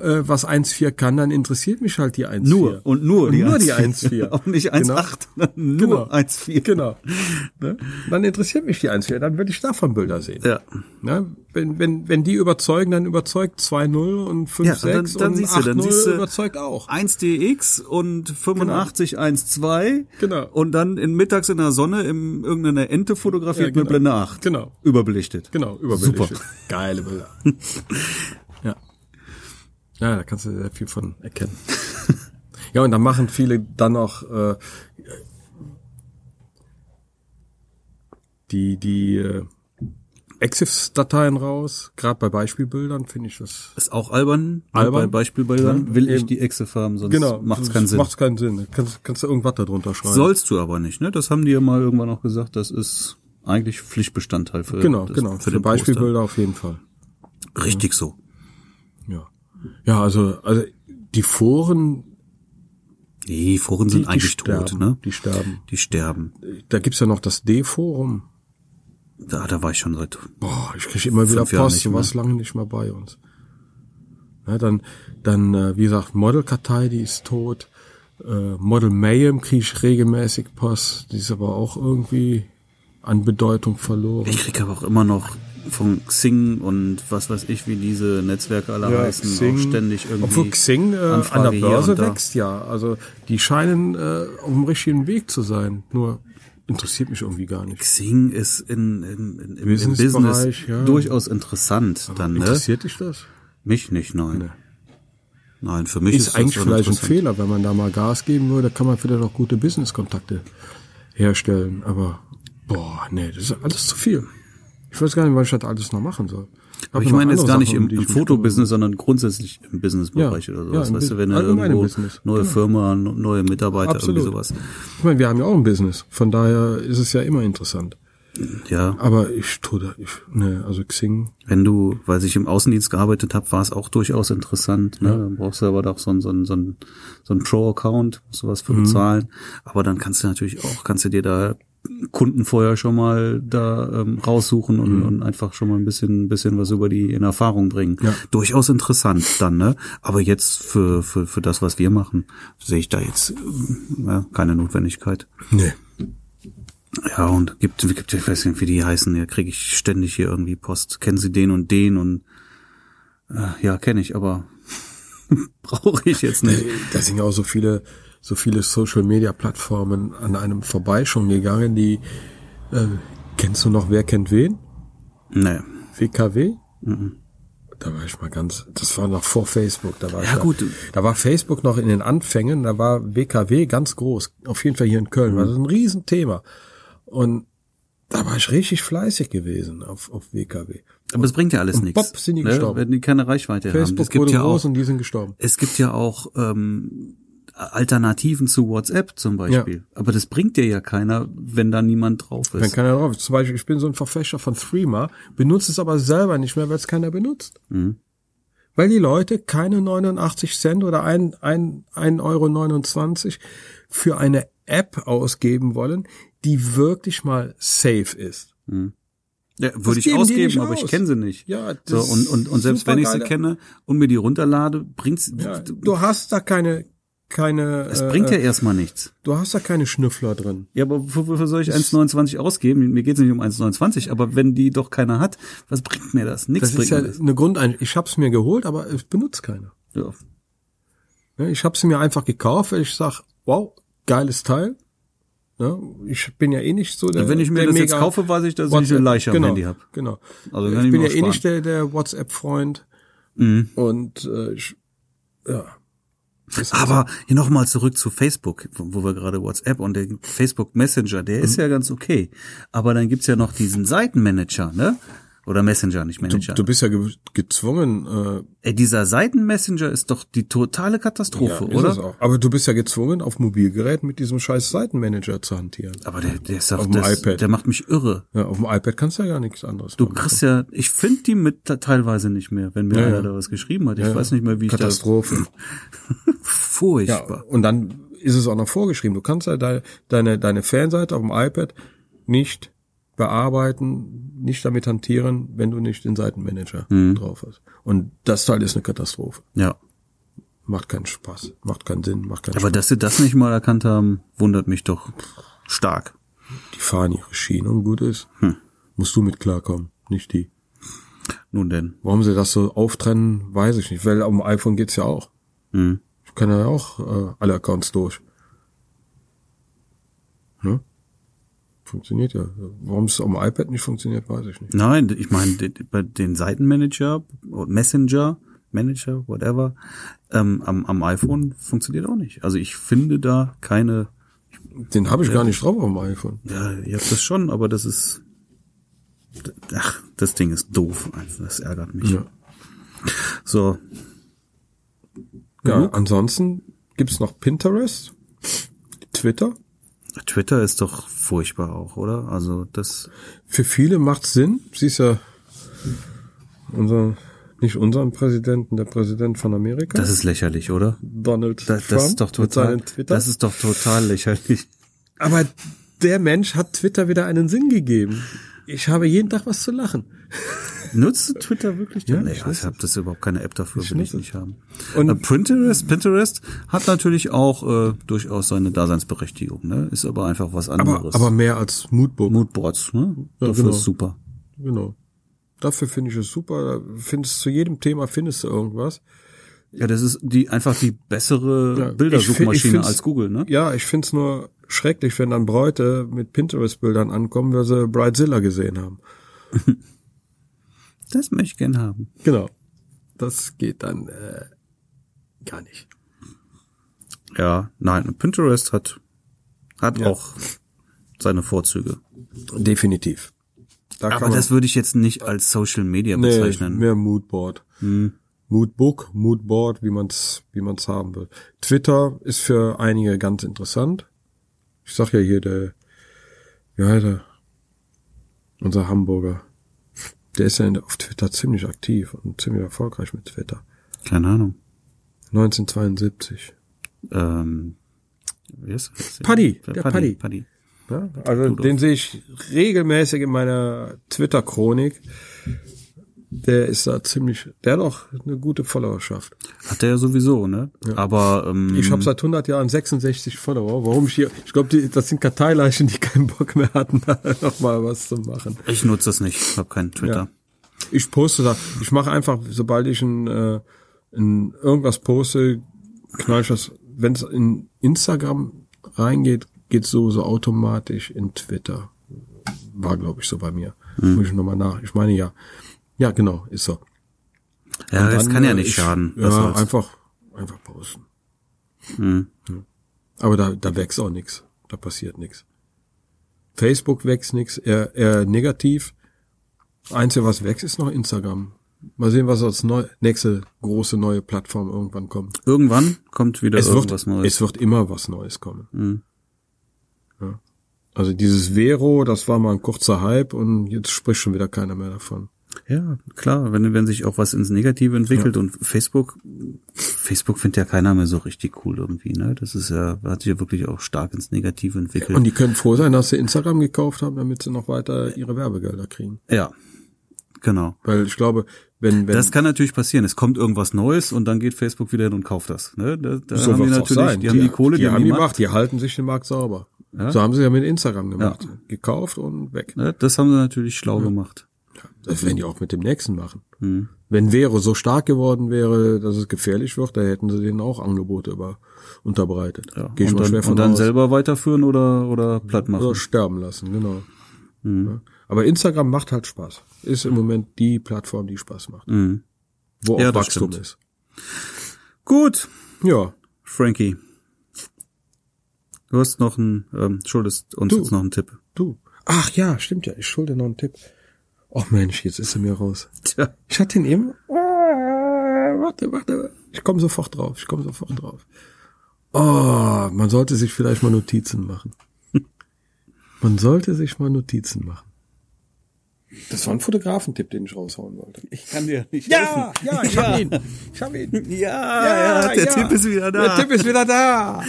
Speaker 2: äh, was 1,4 kann, dann interessiert mich halt die 1,4.
Speaker 1: Nur und nur
Speaker 2: Und
Speaker 1: die
Speaker 2: nur die
Speaker 1: 1,4.
Speaker 2: 1,4.
Speaker 1: Auch nicht
Speaker 2: Genau.
Speaker 1: 1,8, sondern nur
Speaker 2: Genau.
Speaker 1: 1,4.
Speaker 2: Genau. Ne? Dann interessiert mich die 1,4, dann würde ich davon Bilder sehen.
Speaker 1: Ja.
Speaker 2: Ne? Wenn, wenn, wenn die überzeugen, dann überzeugt 2-0 und 5-6
Speaker 1: Ja, dann- dann
Speaker 2: und
Speaker 1: siehst du, dann
Speaker 2: 8-0
Speaker 1: siehst du-
Speaker 2: überzeugt auch.
Speaker 1: 1DX und 85 1,2.
Speaker 2: Genau.
Speaker 1: Und dann in mittags in der Sonne in irgendeiner Ente fotografiert
Speaker 2: Ja, genau.
Speaker 1: mit Blende 8.
Speaker 2: Genau.
Speaker 1: Überbelichtet.
Speaker 2: Genau, überbelichtet.
Speaker 1: Super.
Speaker 2: Geile Bilder. ja. Ja, da kannst du sehr viel von erkennen. ja, und dann machen viele dann auch äh, die, die äh, Exifs-Dateien raus. Gerade bei Beispielbildern finde ich das.
Speaker 1: Ist auch albern.
Speaker 2: Albern.
Speaker 1: Bei Beispielbildern will ich
Speaker 2: Eben.
Speaker 1: die Echse haben, sonst
Speaker 2: Genau.
Speaker 1: macht's
Speaker 2: das
Speaker 1: keinen Sinn.
Speaker 2: Macht's keinen Sinn. Kannst, kannst du irgendwas darunter schreiben.
Speaker 1: Sollst du aber nicht, ne? Das haben die ja mal irgendwann auch gesagt, das ist eigentlich Pflichtbeistanteil für
Speaker 2: genau,
Speaker 1: das,
Speaker 2: genau. Für,
Speaker 1: den
Speaker 2: Beispielbilder auf jeden Fall.
Speaker 1: Poster. Richtig so.
Speaker 2: Ja. Ja, also, also die Foren,
Speaker 1: Nee, Foren
Speaker 2: die,
Speaker 1: sind
Speaker 2: die
Speaker 1: eigentlich
Speaker 2: sterben,
Speaker 1: tot, ne?
Speaker 2: Die sterben.
Speaker 1: Die sterben.
Speaker 2: da gibt's ja noch das D-Forum.
Speaker 1: Da, da war ich schon seit
Speaker 2: Boah, ich krieg immer wieder
Speaker 1: Fünf Jahre
Speaker 2: Post,
Speaker 1: nicht ne?
Speaker 2: du warst lange nicht mehr bei uns. Na, dann, dann, äh, wie gesagt, Modelkartei, die ist tot. Äh, Model Mayhem krieg ich regelmäßig Post, die ist aber auch irgendwie an Bedeutung verloren.
Speaker 1: Ich krieg aber auch immer noch von Xing und was weiß ich, wie diese Netzwerke alle heißen, auch ständig irgendwie.
Speaker 2: Obwohl Xing äh, an
Speaker 1: Anfrage
Speaker 2: der
Speaker 1: hier
Speaker 2: Börse
Speaker 1: und da.
Speaker 2: wächst ja. Also die scheinen äh, auf dem richtigen Weg zu sein. Nur interessiert mich irgendwie gar nicht.
Speaker 1: Xing ist in, in, in, im Business,
Speaker 2: Business-
Speaker 1: im Business
Speaker 2: Bereich, ja.
Speaker 1: durchaus interessant dann, ne?
Speaker 2: Interessiert dich das?
Speaker 1: Mich nicht, nein.
Speaker 2: Nee.
Speaker 1: Nein, für mich ist,
Speaker 2: ist,
Speaker 1: das
Speaker 2: eigentlich vielleicht ein
Speaker 1: uninteressant.
Speaker 2: Fehler, wenn man da mal Gas geben würde, kann man vielleicht auch gute Business-Kontakte herstellen. Aber boah, nee, das ist alles zu viel. Ich weiß gar nicht, was ich das alles noch machen soll. Hab
Speaker 1: Aber ich
Speaker 2: noch
Speaker 1: meine jetzt
Speaker 2: andere
Speaker 1: gar nicht
Speaker 2: Sachen,
Speaker 1: im,
Speaker 2: die
Speaker 1: im
Speaker 2: ich
Speaker 1: Fotobusiness, sondern grundsätzlich im Businessbereich
Speaker 2: Ja,
Speaker 1: oder
Speaker 2: ja,
Speaker 1: sowas.
Speaker 2: im
Speaker 1: weißt du, wenn du
Speaker 2: Bus- allgemein im
Speaker 1: irgendwo
Speaker 2: Business,
Speaker 1: neue Firma, neue Mitarbeiter,
Speaker 2: Absolut.
Speaker 1: irgendwie sowas.
Speaker 2: mit- Ich meine, wir haben ja auch ein Business. Von daher ist es ja immer interessant.
Speaker 1: Ja,
Speaker 2: Aber ich tue da, ich, nee, also Xing,
Speaker 1: wenn du, weil ich im Außendienst gearbeitet habe, war es auch durchaus interessant. Ne? Dann brauchst du aber doch so einen so einen- so einen- so einen Pro-Account, musst du was für bezahlen. Aber dann kannst du natürlich auch, kannst du dir da Kunden vorher schon mal da ähm, raussuchen und, und einfach schon mal ein bisschen, bisschen was über die in Erfahrung bringen.
Speaker 2: Ja.
Speaker 1: Durchaus interessant dann, ne? Aber jetzt für, für, für das, was wir machen, sehe ich da jetzt ähm, ja, keine Notwendigkeit.
Speaker 2: nee.
Speaker 1: Ja, und gibt, gibt, ich weiß nicht, wie die heißen, ja, kriege ich ständig hier irgendwie Post. Kennen Sie den und den und äh, ja, kenne ich, aber brauche ich jetzt nicht.
Speaker 2: Da sind ja auch so viele, so viele Social-Media-Plattformen an einem vorbei schon gegangen, die, äh, kennst du noch, wer kennt wen?
Speaker 1: Nee.
Speaker 2: WKW?
Speaker 1: Mhm.
Speaker 2: Da war ich mal ganz, das war noch vor Facebook, da war ich
Speaker 1: Ja,
Speaker 2: da,
Speaker 1: gut.
Speaker 2: da war Facebook noch in den Anfängen, da war WKW ganz groß, auf jeden Fall hier in Köln,
Speaker 1: Mhm.
Speaker 2: war das ein Riesenthema. Und da war ich richtig fleißig gewesen auf, auf WKW.
Speaker 1: Aber es bringt ja alles nichts.
Speaker 2: bop, sind die gestorben.
Speaker 1: Wenn die keine Reichweite haben.
Speaker 2: Facebook
Speaker 1: Es gibt
Speaker 2: wurde
Speaker 1: ja
Speaker 2: groß
Speaker 1: auch,
Speaker 2: und die sind gestorben.
Speaker 1: es gibt ja auch ähm, Alternativen zu WhatsApp zum Beispiel. Aber das bringt dir ja keiner, wenn da niemand drauf
Speaker 2: Dann
Speaker 1: ist.
Speaker 2: kann er drauf. Zum Beispiel, ich bin so ein Verfechter von Threema, benutze es aber selber nicht mehr, weil es keiner benutzt.
Speaker 1: Mhm.
Speaker 2: Weil die Leute keine 89 Cent oder ein ein ein Euro 29 für eine App ausgeben wollen, die wirklich mal safe ist.
Speaker 1: Ja, würde ich
Speaker 2: geben die
Speaker 1: ausgeben,
Speaker 2: nicht
Speaker 1: aber ich
Speaker 2: aus.
Speaker 1: kenne sie nicht.
Speaker 2: Ja, das
Speaker 1: so, und, und, und selbst
Speaker 2: ist
Speaker 1: wenn ich sie
Speaker 2: supergeil.
Speaker 1: kenne und mir die runterlade, bringt's,
Speaker 2: Ja, du hast da keine keine
Speaker 1: es
Speaker 2: äh,
Speaker 1: bringt ja
Speaker 2: äh,
Speaker 1: erstmal nichts.
Speaker 2: du hast da keine Schnüffler drin.
Speaker 1: Ja, aber wofür, wofür soll ich 1,29 ausgeben? Mir geht's nicht um 1,29, aber wenn die doch keiner hat, was bringt mir das? Nichts
Speaker 2: Das ist
Speaker 1: bringt
Speaker 2: ja
Speaker 1: mir das.
Speaker 2: eine Grundeinstellung. Ich hab's mir geholt, aber es benutzt keiner.
Speaker 1: Ja.
Speaker 2: Ne, Ich habe sie mir einfach gekauft, weil ich sag, wow, geiles Teil. Ne, Ich bin ja eh nicht so der
Speaker 1: Wenn ich mir
Speaker 2: der
Speaker 1: das jetzt
Speaker 2: mega
Speaker 1: kaufe, weiß ich, dass ich eine Leiche am
Speaker 2: genau,
Speaker 1: Handy hab.
Speaker 2: Genau.
Speaker 1: Also kann
Speaker 2: ich
Speaker 1: ich
Speaker 2: bin
Speaker 1: mir auch
Speaker 2: ja eh
Speaker 1: sparen. Mhm.
Speaker 2: nicht der, der WhatsApp-Freund. Und äh, ich, ja.
Speaker 1: Aber hier nochmal zurück zu Facebook, wo wo wir gerade WhatsApp und den Facebook Messenger, der
Speaker 2: Mhm.
Speaker 1: ist ja ganz okay. Aber dann gibt's ja noch diesen Seitenmanager, ne? Oder Messenger, nicht
Speaker 2: Du,
Speaker 1: Manager.
Speaker 2: du bist ja ge gezwungen, äh,
Speaker 1: Ey, dieser Seitenmessenger ist doch die totale Katastrophe,
Speaker 2: ist
Speaker 1: oder?
Speaker 2: es auch. aber du bist ja gezwungen, auf Mobilgeräten mit diesem scheiß Seitenmanager zu hantieren.
Speaker 1: Aber der, der ist doch
Speaker 2: Auf dem
Speaker 1: das,
Speaker 2: iPad.
Speaker 1: der macht mich irre.
Speaker 2: Ja, auf dem iPad kannst du ja gar nichts anderes
Speaker 1: Du
Speaker 2: machen.
Speaker 1: kriegst ja, ich finde die mit teilweise nicht mehr, wenn mir
Speaker 2: Ja,
Speaker 1: einer
Speaker 2: ja.
Speaker 1: da was geschrieben hat. Ich
Speaker 2: Ja,
Speaker 1: weiß nicht mehr, wie ich das
Speaker 2: Katastrophe. Ja,
Speaker 1: furchtbar.
Speaker 2: und dann ist es auch noch vorgeschrieben. Du kannst ja de deine, deine Fanseite auf dem iPad nicht bearbeiten, nicht damit hantieren, wenn du nicht den Seitenmanager drauf hast. Und das Teil ist eine Katastrophe.
Speaker 1: Ja.
Speaker 2: Macht keinen Spaß, macht keinen Sinn, macht keinen
Speaker 1: Aber dass sie das nicht mal erkannt haben, wundert mich doch stark.
Speaker 2: Spaß. Die fahren ihre Schiene und gut ist. Musst du mit klarkommen, nicht die.
Speaker 1: Nun denn.
Speaker 2: Warum sie das so auftrennen, weiß ich nicht. Weil am iPhone geht's ja auch.
Speaker 1: Hm.
Speaker 2: Ich kann ja auch äh, alle Accounts durch. Ne? Funktioniert ja. Warum es am iPad nicht funktioniert, weiß ich nicht.
Speaker 1: Nein, ich meine, de- bei den Seitenmanager, und Messenger, Manager, whatever, ähm, am, am iPhone funktioniert auch nicht. Also ich finde da keine,
Speaker 2: Den habe ich gar nicht drauf am iPhone.
Speaker 1: ja, ihr habt das schon, aber das ist, ach, das Ding ist doof, einfach, das ärgert mich.
Speaker 2: Ja.
Speaker 1: So,
Speaker 2: Ja, ansonsten gibt's noch Pinterest, Twitter.
Speaker 1: Twitter ist doch furchtbar auch, oder? Also das,
Speaker 2: Für viele macht's Sinn. Siehst ja unser, nicht unseren Präsidenten, der Präsident von Amerika,
Speaker 1: das ist lächerlich, oder?
Speaker 2: Donald
Speaker 1: Das,
Speaker 2: Trump
Speaker 1: das ist doch
Speaker 2: mit
Speaker 1: total,
Speaker 2: seinen Twitter.
Speaker 1: das ist doch total lächerlich.
Speaker 2: Aber der Mensch hat Twitter wieder einen Sinn gegeben. Ich habe jeden Tag was zu lachen.
Speaker 1: Nutzt du Twitter wirklich?
Speaker 2: Ja,
Speaker 1: nee,
Speaker 2: ich
Speaker 1: ich
Speaker 2: nutze
Speaker 1: habe das überhaupt keine App dafür, will ich
Speaker 2: nutze
Speaker 1: nicht haben.
Speaker 2: Und-
Speaker 1: Und äh, Pinterest, Pinterest hat natürlich auch äh, durchaus seine Daseinsberechtigung, ne? Ist aber einfach was
Speaker 2: Aber,
Speaker 1: anderes.
Speaker 2: aber mehr als Moodbook.
Speaker 1: Moodboards, ne?
Speaker 2: Ja,
Speaker 1: dafür
Speaker 2: genau.
Speaker 1: ist super.
Speaker 2: Genau. Dafür finde ich es super. Da Findest zu jedem Thema findest du irgendwas.
Speaker 1: Ja, das ist die einfach die bessere
Speaker 2: Ich find-
Speaker 1: Bildersuchmaschine
Speaker 2: ich find's-
Speaker 1: als Google, ne?
Speaker 2: Ja, ich find's nur schrecklich, wenn dann Bräute mit Pinterest-Bildern ankommen, weil sie Brightzilla gesehen haben.
Speaker 1: Das möchte ich gern haben.
Speaker 2: Genau. Das geht dann äh, gar nicht.
Speaker 1: Ja, nein, und Pinterest hat hat
Speaker 2: Ja.
Speaker 1: auch seine Vorzüge.
Speaker 2: Definitiv. Da
Speaker 1: Aber das würde ich jetzt nicht als Social Media bezeichnen.
Speaker 2: Mehr Moodboard. Moodbook, Moodboard, wie man's, wie man's haben will. Twitter ist für einige ganz interessant. Ich sag ja hier der, wie heißt er? Unser Hamburger. Der ist ja in- auf Twitter ziemlich aktiv und ziemlich erfolgreich mit Twitter.
Speaker 1: Keine Ahnung.
Speaker 2: 1972.
Speaker 1: Ähm, wie ist das?
Speaker 2: Paddy, der Paddy.
Speaker 1: Paddy.
Speaker 2: Ja, also den sehe ich regelmäßig in meiner Twitter-Chronik. Der ist da ziemlich, der hat auch eine gute Followerschaft.
Speaker 1: Hat er ja sowieso, ne? Aber ähm,
Speaker 2: Ich habe seit 100 Jahren 66 Follower. Warum ich hier? Ich glaube, das sind Karteileichen, die keinen Bock mehr hatten, da nochmal was zu machen.
Speaker 1: ich nutze das nicht. Ich habe keinen Twitter.
Speaker 2: Ich poste da. Ich mache einfach, sobald ich ein, äh, ein irgendwas poste, knall ich das. Wenn es in Instagram reingeht, geht so so automatisch in Twitter. War glaube ich so bei mir. Muss ich nochmal nach. Ich meine ja, ja genau, ist so.
Speaker 1: Ja, das
Speaker 2: Dann,
Speaker 1: kann ja
Speaker 2: äh,
Speaker 1: nicht
Speaker 2: ich-
Speaker 1: schaden.
Speaker 2: Ja,
Speaker 1: Was soll's. Hm.
Speaker 2: einfach, einfach posten. Ja. Aber da, da wächst auch nix Da passiert nix Facebook wächst nix eher, eher negativ. Einzige, was wächst, ist noch Instagram. Mal sehen, was als neu, nächste große neue Plattform irgendwann kommt.
Speaker 1: Irgendwann kommt wieder
Speaker 2: Es wird,
Speaker 1: irgendwas Neues. Hm.
Speaker 2: es wird immer was Neues kommen. Ja. Also dieses Vero, das war mal ein kurzer Hype und jetzt spricht schon wieder keiner mehr davon.
Speaker 1: Ja, klar, wenn, wenn sich auch was ins Negative entwickelt und Facebook, Facebook findet ja keiner mehr so richtig cool irgendwie, ne? Das ist ja, hat sich ja wirklich auch stark ins Negative entwickelt.
Speaker 2: Und die können froh sein, dass sie Instagram gekauft haben, damit sie noch weiter ihre Werbegelder kriegen.
Speaker 1: ja. Genau.
Speaker 2: Weil ich glaube, wenn, wenn
Speaker 1: Das kann natürlich passieren. Es kommt irgendwas Neues und dann geht Facebook wieder hin und kauft das. Ne? Da, da
Speaker 2: So
Speaker 1: haben die
Speaker 2: wird's auch
Speaker 1: natürlich,
Speaker 2: sein.
Speaker 1: die haben die Kohle,
Speaker 2: die, haben die Macht,
Speaker 1: Macht.
Speaker 2: die halten sich den Markt sauber. So haben sie ja mit Instagram gemacht. Gekauft und weg.
Speaker 1: Ne? Das haben sie natürlich schlau gemacht.
Speaker 2: Das werden die auch mit dem nächsten machen.
Speaker 1: Hm.
Speaker 2: Wenn Vero so stark geworden wäre, dass es gefährlich wird, da hätten sie denen auch Angebote über, unterbreitet.
Speaker 1: Ja.
Speaker 2: Gehe ich
Speaker 1: und
Speaker 2: mal
Speaker 1: dann,
Speaker 2: schwer von
Speaker 1: und dann
Speaker 2: aus.
Speaker 1: selber weiterführen oder, oder platt machen. Hm.
Speaker 2: Oder sterben lassen, genau. Ja. Aber Instagram macht halt Spaß. Ist im Moment die Plattform, die Spaß macht. Wo auch
Speaker 1: Hm. Ja, das
Speaker 2: Wachstum
Speaker 1: stimmt.
Speaker 2: ist.
Speaker 1: Gut,
Speaker 2: Ja.
Speaker 1: Frankie. Du hast noch einen, ähm, schuldest uns
Speaker 2: Du.
Speaker 1: jetzt noch einen Tipp.
Speaker 2: Du. Ach ja, stimmt ja. Ich schulde noch einen Tipp. Och Mensch, jetzt ist er mir raus.
Speaker 1: Tja.
Speaker 2: Ich hatte ihn eben. Äh, Warte, warte. Ich komme sofort drauf. Ich komme sofort drauf. Oh, man sollte sich vielleicht mal Notizen machen. Man sollte sich mal Notizen machen. Das war ein Fotografentipp, den ich raushauen wollte.
Speaker 1: Ich kann dir nicht
Speaker 2: Ja, ja, ich hab ihn. Ich hab ihn.
Speaker 1: Ja, ja, der Tipp ist wieder da.
Speaker 2: Der Tipp ist wieder da.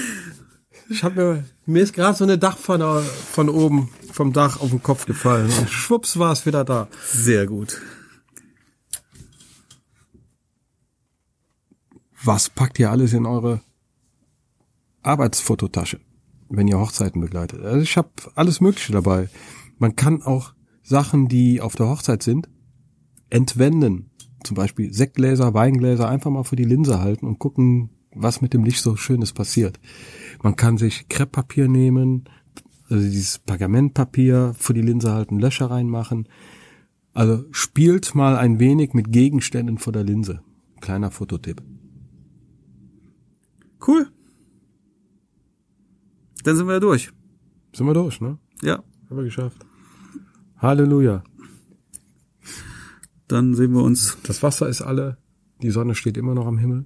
Speaker 2: Ich hab mir, mir ist gerade so eine Dachpfanne von oben vom Dach auf den Kopf gefallen und schwupps war es wieder da.
Speaker 1: Sehr gut.
Speaker 2: Was packt ihr alles in eure Arbeitsfototasche, wenn ihr Hochzeiten begleitet? Also ich habe alles Mögliche dabei. Man kann auch Sachen, die auf der Hochzeit sind, entwenden. Zum Beispiel Sektgläser, Weingläser einfach mal vor die Linse halten und gucken, was mit dem Licht so Schönes passiert. Man kann sich Krepppapier nehmen, also dieses Pergamentpapier vor die Linse halten, Löcher reinmachen. Also spielt mal ein wenig mit Gegenständen vor der Linse. Kleiner Fototipp.
Speaker 1: Cool. Dann sind wir ja durch.
Speaker 2: Sind wir durch, ne?
Speaker 1: Ja.
Speaker 2: Haben wir geschafft. Halleluja.
Speaker 1: Dann sehen wir uns.
Speaker 2: Das Wasser ist alle. Die Sonne steht immer noch am Himmel.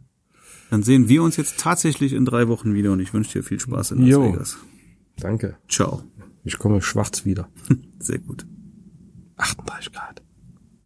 Speaker 1: Dann sehen wir uns jetzt tatsächlich in drei Wochen wieder und ich wünsche dir viel Spaß in Las
Speaker 2: Jo.
Speaker 1: Vegas.
Speaker 2: Danke.
Speaker 1: Ciao.
Speaker 2: Ich komme schwarz wieder.
Speaker 1: Sehr gut.
Speaker 2: 38 Grad.